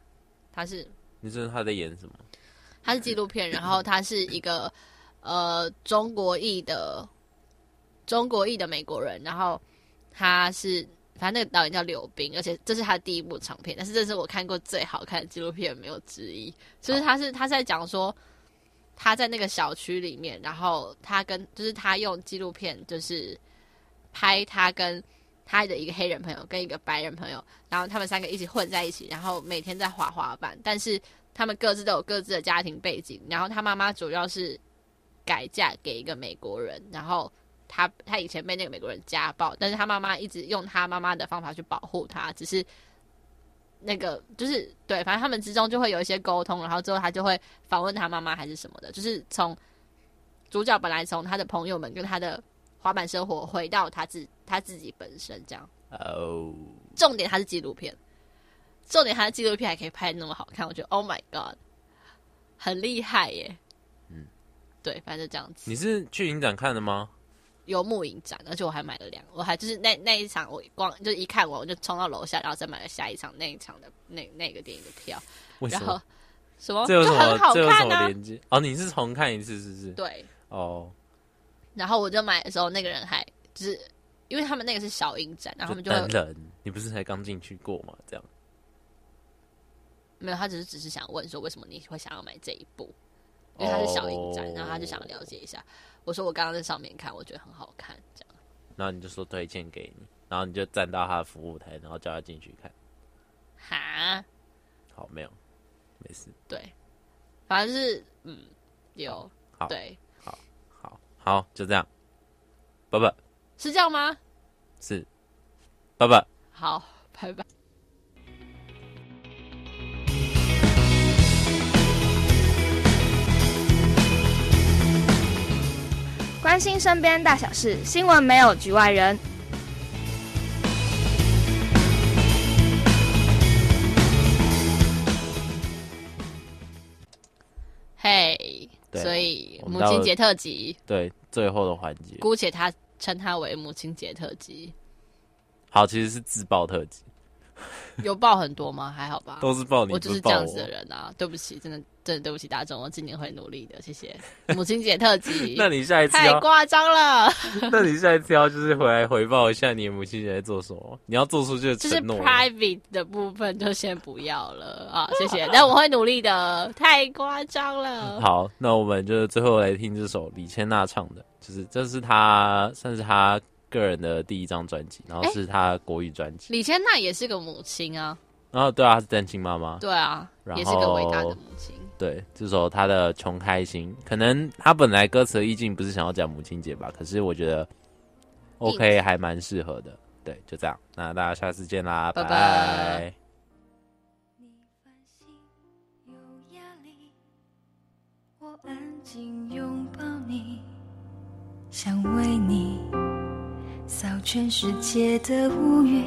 Speaker 3: 它是
Speaker 4: 你知道他在演什么？
Speaker 3: 它是纪录片，然后它是一个呃中国裔的中国裔的美国人，然后他是反正那个导演叫柳冰，而且这是他的第一部长片，但是这是我看过最好看的纪录片，没有之一。就是他是他是在讲说他在那个小区里面，然后他跟就是他用纪录片就是拍他跟他的一个黑人朋友跟一个白人朋友，然后他们三个一起混在一起，然后每天在滑滑板，但是他们各自都有各自的家庭背景，然后他妈妈主要是改嫁给一个美国人，然后他他以前被那个美国人家暴，但是他妈妈一直用他妈妈的方法去保护他，只是那个就是对，反正他们之中就会有一些沟通，然后之后他就会访问他妈妈还是什么的，就是从主角本来从他的朋友们跟他的滑板生活回到他自他自己本身这样。
Speaker 4: 哦，
Speaker 3: 重点它是纪录片，重点它的纪录片还可以拍得那么好看，我觉得 Oh my God，很厉害耶。
Speaker 4: 嗯，
Speaker 3: 对，反正就这样子。
Speaker 4: 你是去影展看的吗？
Speaker 3: 有幕影展，而且我还买了两，我还就是那那一场我光就一看完我就冲到楼下，然后再买了下一场那一场的那那个电影的票，
Speaker 4: 为什
Speaker 3: 然
Speaker 4: 么
Speaker 3: 后什么
Speaker 4: 这有
Speaker 3: 就
Speaker 4: 什
Speaker 3: 很
Speaker 4: 么？
Speaker 3: 好
Speaker 4: 这有什
Speaker 3: 看
Speaker 4: 么
Speaker 3: 啊，
Speaker 4: 连接？哦，你是重看一次，是不是？。
Speaker 3: 对。
Speaker 4: 哦，
Speaker 3: 然后我就买的时候，那个人还就是因为他们那个是小影展，然后他们就
Speaker 4: 男
Speaker 3: 会
Speaker 4: 人，你不是才刚进去过吗？这样
Speaker 3: 没有，他只是只是想问说为什么你会想要买这一部，因为他是小影展，
Speaker 4: 哦
Speaker 3: 然后他就想了解一下。我说我刚刚在上面看，我觉得很好看，这样
Speaker 4: 然后你就说推荐给你，然后你就站到他的服务台，然后叫他进去看。
Speaker 3: 哈，
Speaker 4: 好，没有，没事。
Speaker 3: 对，反正就是嗯有
Speaker 4: 好
Speaker 3: 对
Speaker 4: 好，就这样。爸爸
Speaker 3: 是这样吗？
Speaker 4: 是，爸爸。
Speaker 3: 好，拜拜。
Speaker 14: 关心身边大小事，新闻没有局外人。
Speaker 3: 嘿、
Speaker 4: 对啊
Speaker 3: 所以
Speaker 4: 我们
Speaker 3: 母
Speaker 4: 到
Speaker 3: 亲
Speaker 4: 了
Speaker 3: 节特辑，
Speaker 4: 对，最后的环节。
Speaker 3: 姑且他称它为母亲节特辑，
Speaker 4: 好，其实是自爆特辑。
Speaker 3: 有爆很多吗？还好
Speaker 4: *laughs*
Speaker 3: 吧，
Speaker 4: 都是爆你
Speaker 3: 啊我就
Speaker 4: 不
Speaker 3: 是
Speaker 4: 是
Speaker 3: 这
Speaker 4: 爆
Speaker 3: 样
Speaker 4: 我
Speaker 3: 子的人啊，对不起，真的真的对不起大众，我今年会努力的，谢
Speaker 4: *laughs*，
Speaker 3: 谢。母亲节特辑
Speaker 4: 那你下一次
Speaker 3: 太
Speaker 4: 要
Speaker 3: 夸张了，
Speaker 4: 那你下一次要就是回来回报一下你母亲节在做什么？你要做出这个
Speaker 3: 就是
Speaker 4: 承诺。
Speaker 3: private 的部分就先不要了啊，谢谢。但我会努力的，太夸张了。
Speaker 4: 嗯好，那我们就是最后来听这首李千娜唱的，就是这是她算是她个人的第一张专辑，然后
Speaker 3: 哎
Speaker 4: 是她国语专辑，
Speaker 3: 李千娜也是个母亲啊，
Speaker 4: 然后对啊，她是单亲妈妈，
Speaker 3: 对啊，
Speaker 4: 然后
Speaker 3: 也是个伟大的母亲。
Speaker 4: 对，这首她的《穷开心》，可能她本来歌词的意境不是想要讲母亲节吧，可是我觉得 OK 还蛮适合的，对，就这样，那大家下次见啦，
Speaker 3: 拜
Speaker 4: 拜。
Speaker 3: 拜
Speaker 5: 我安静拥抱你，想为你扫全世界的乌云。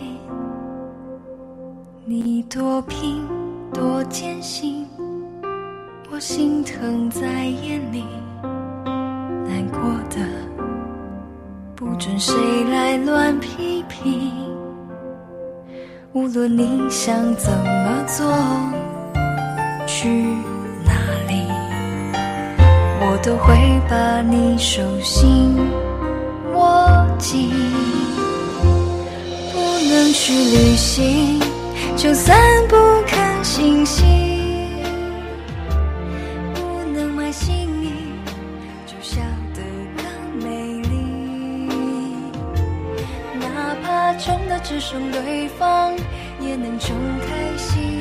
Speaker 5: 你多拼，多艰辛，我心疼在眼里。难过的不准谁来乱批评，无论你想怎么做，去哪里。我都会把你手心握紧。不能去旅行，就算不看星星；不能买新衣，就笑得更美丽。哪怕穷得只剩对方，也能穷开心。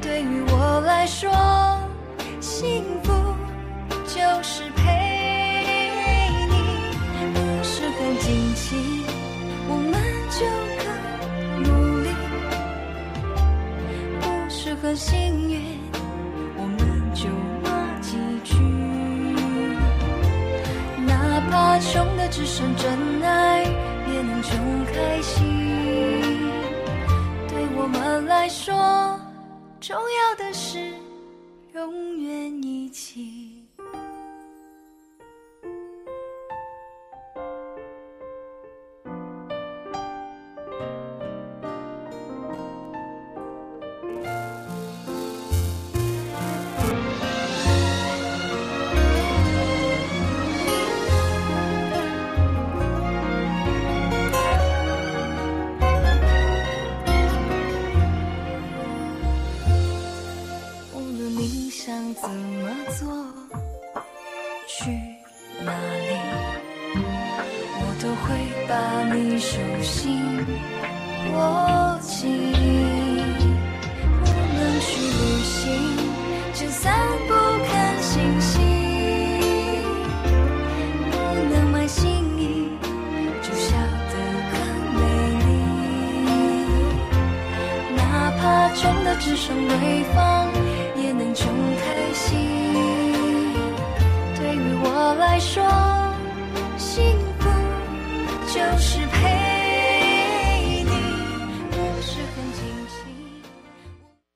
Speaker 5: 对于我来说。幸福就是陪你，不是很惊奇，我们就更努力；不是很幸运，我们就骂几句。哪怕穷的只剩真爱，也能穷开心。对我们来说，重要的是。永远一起。无论你想怎么做，去哪里，我都会把你手心握紧。不能去旅行，就算不看星星；不能买新衣，就笑得更美丽。哪怕穷的只剩对方，也能穷开心。对于我来说，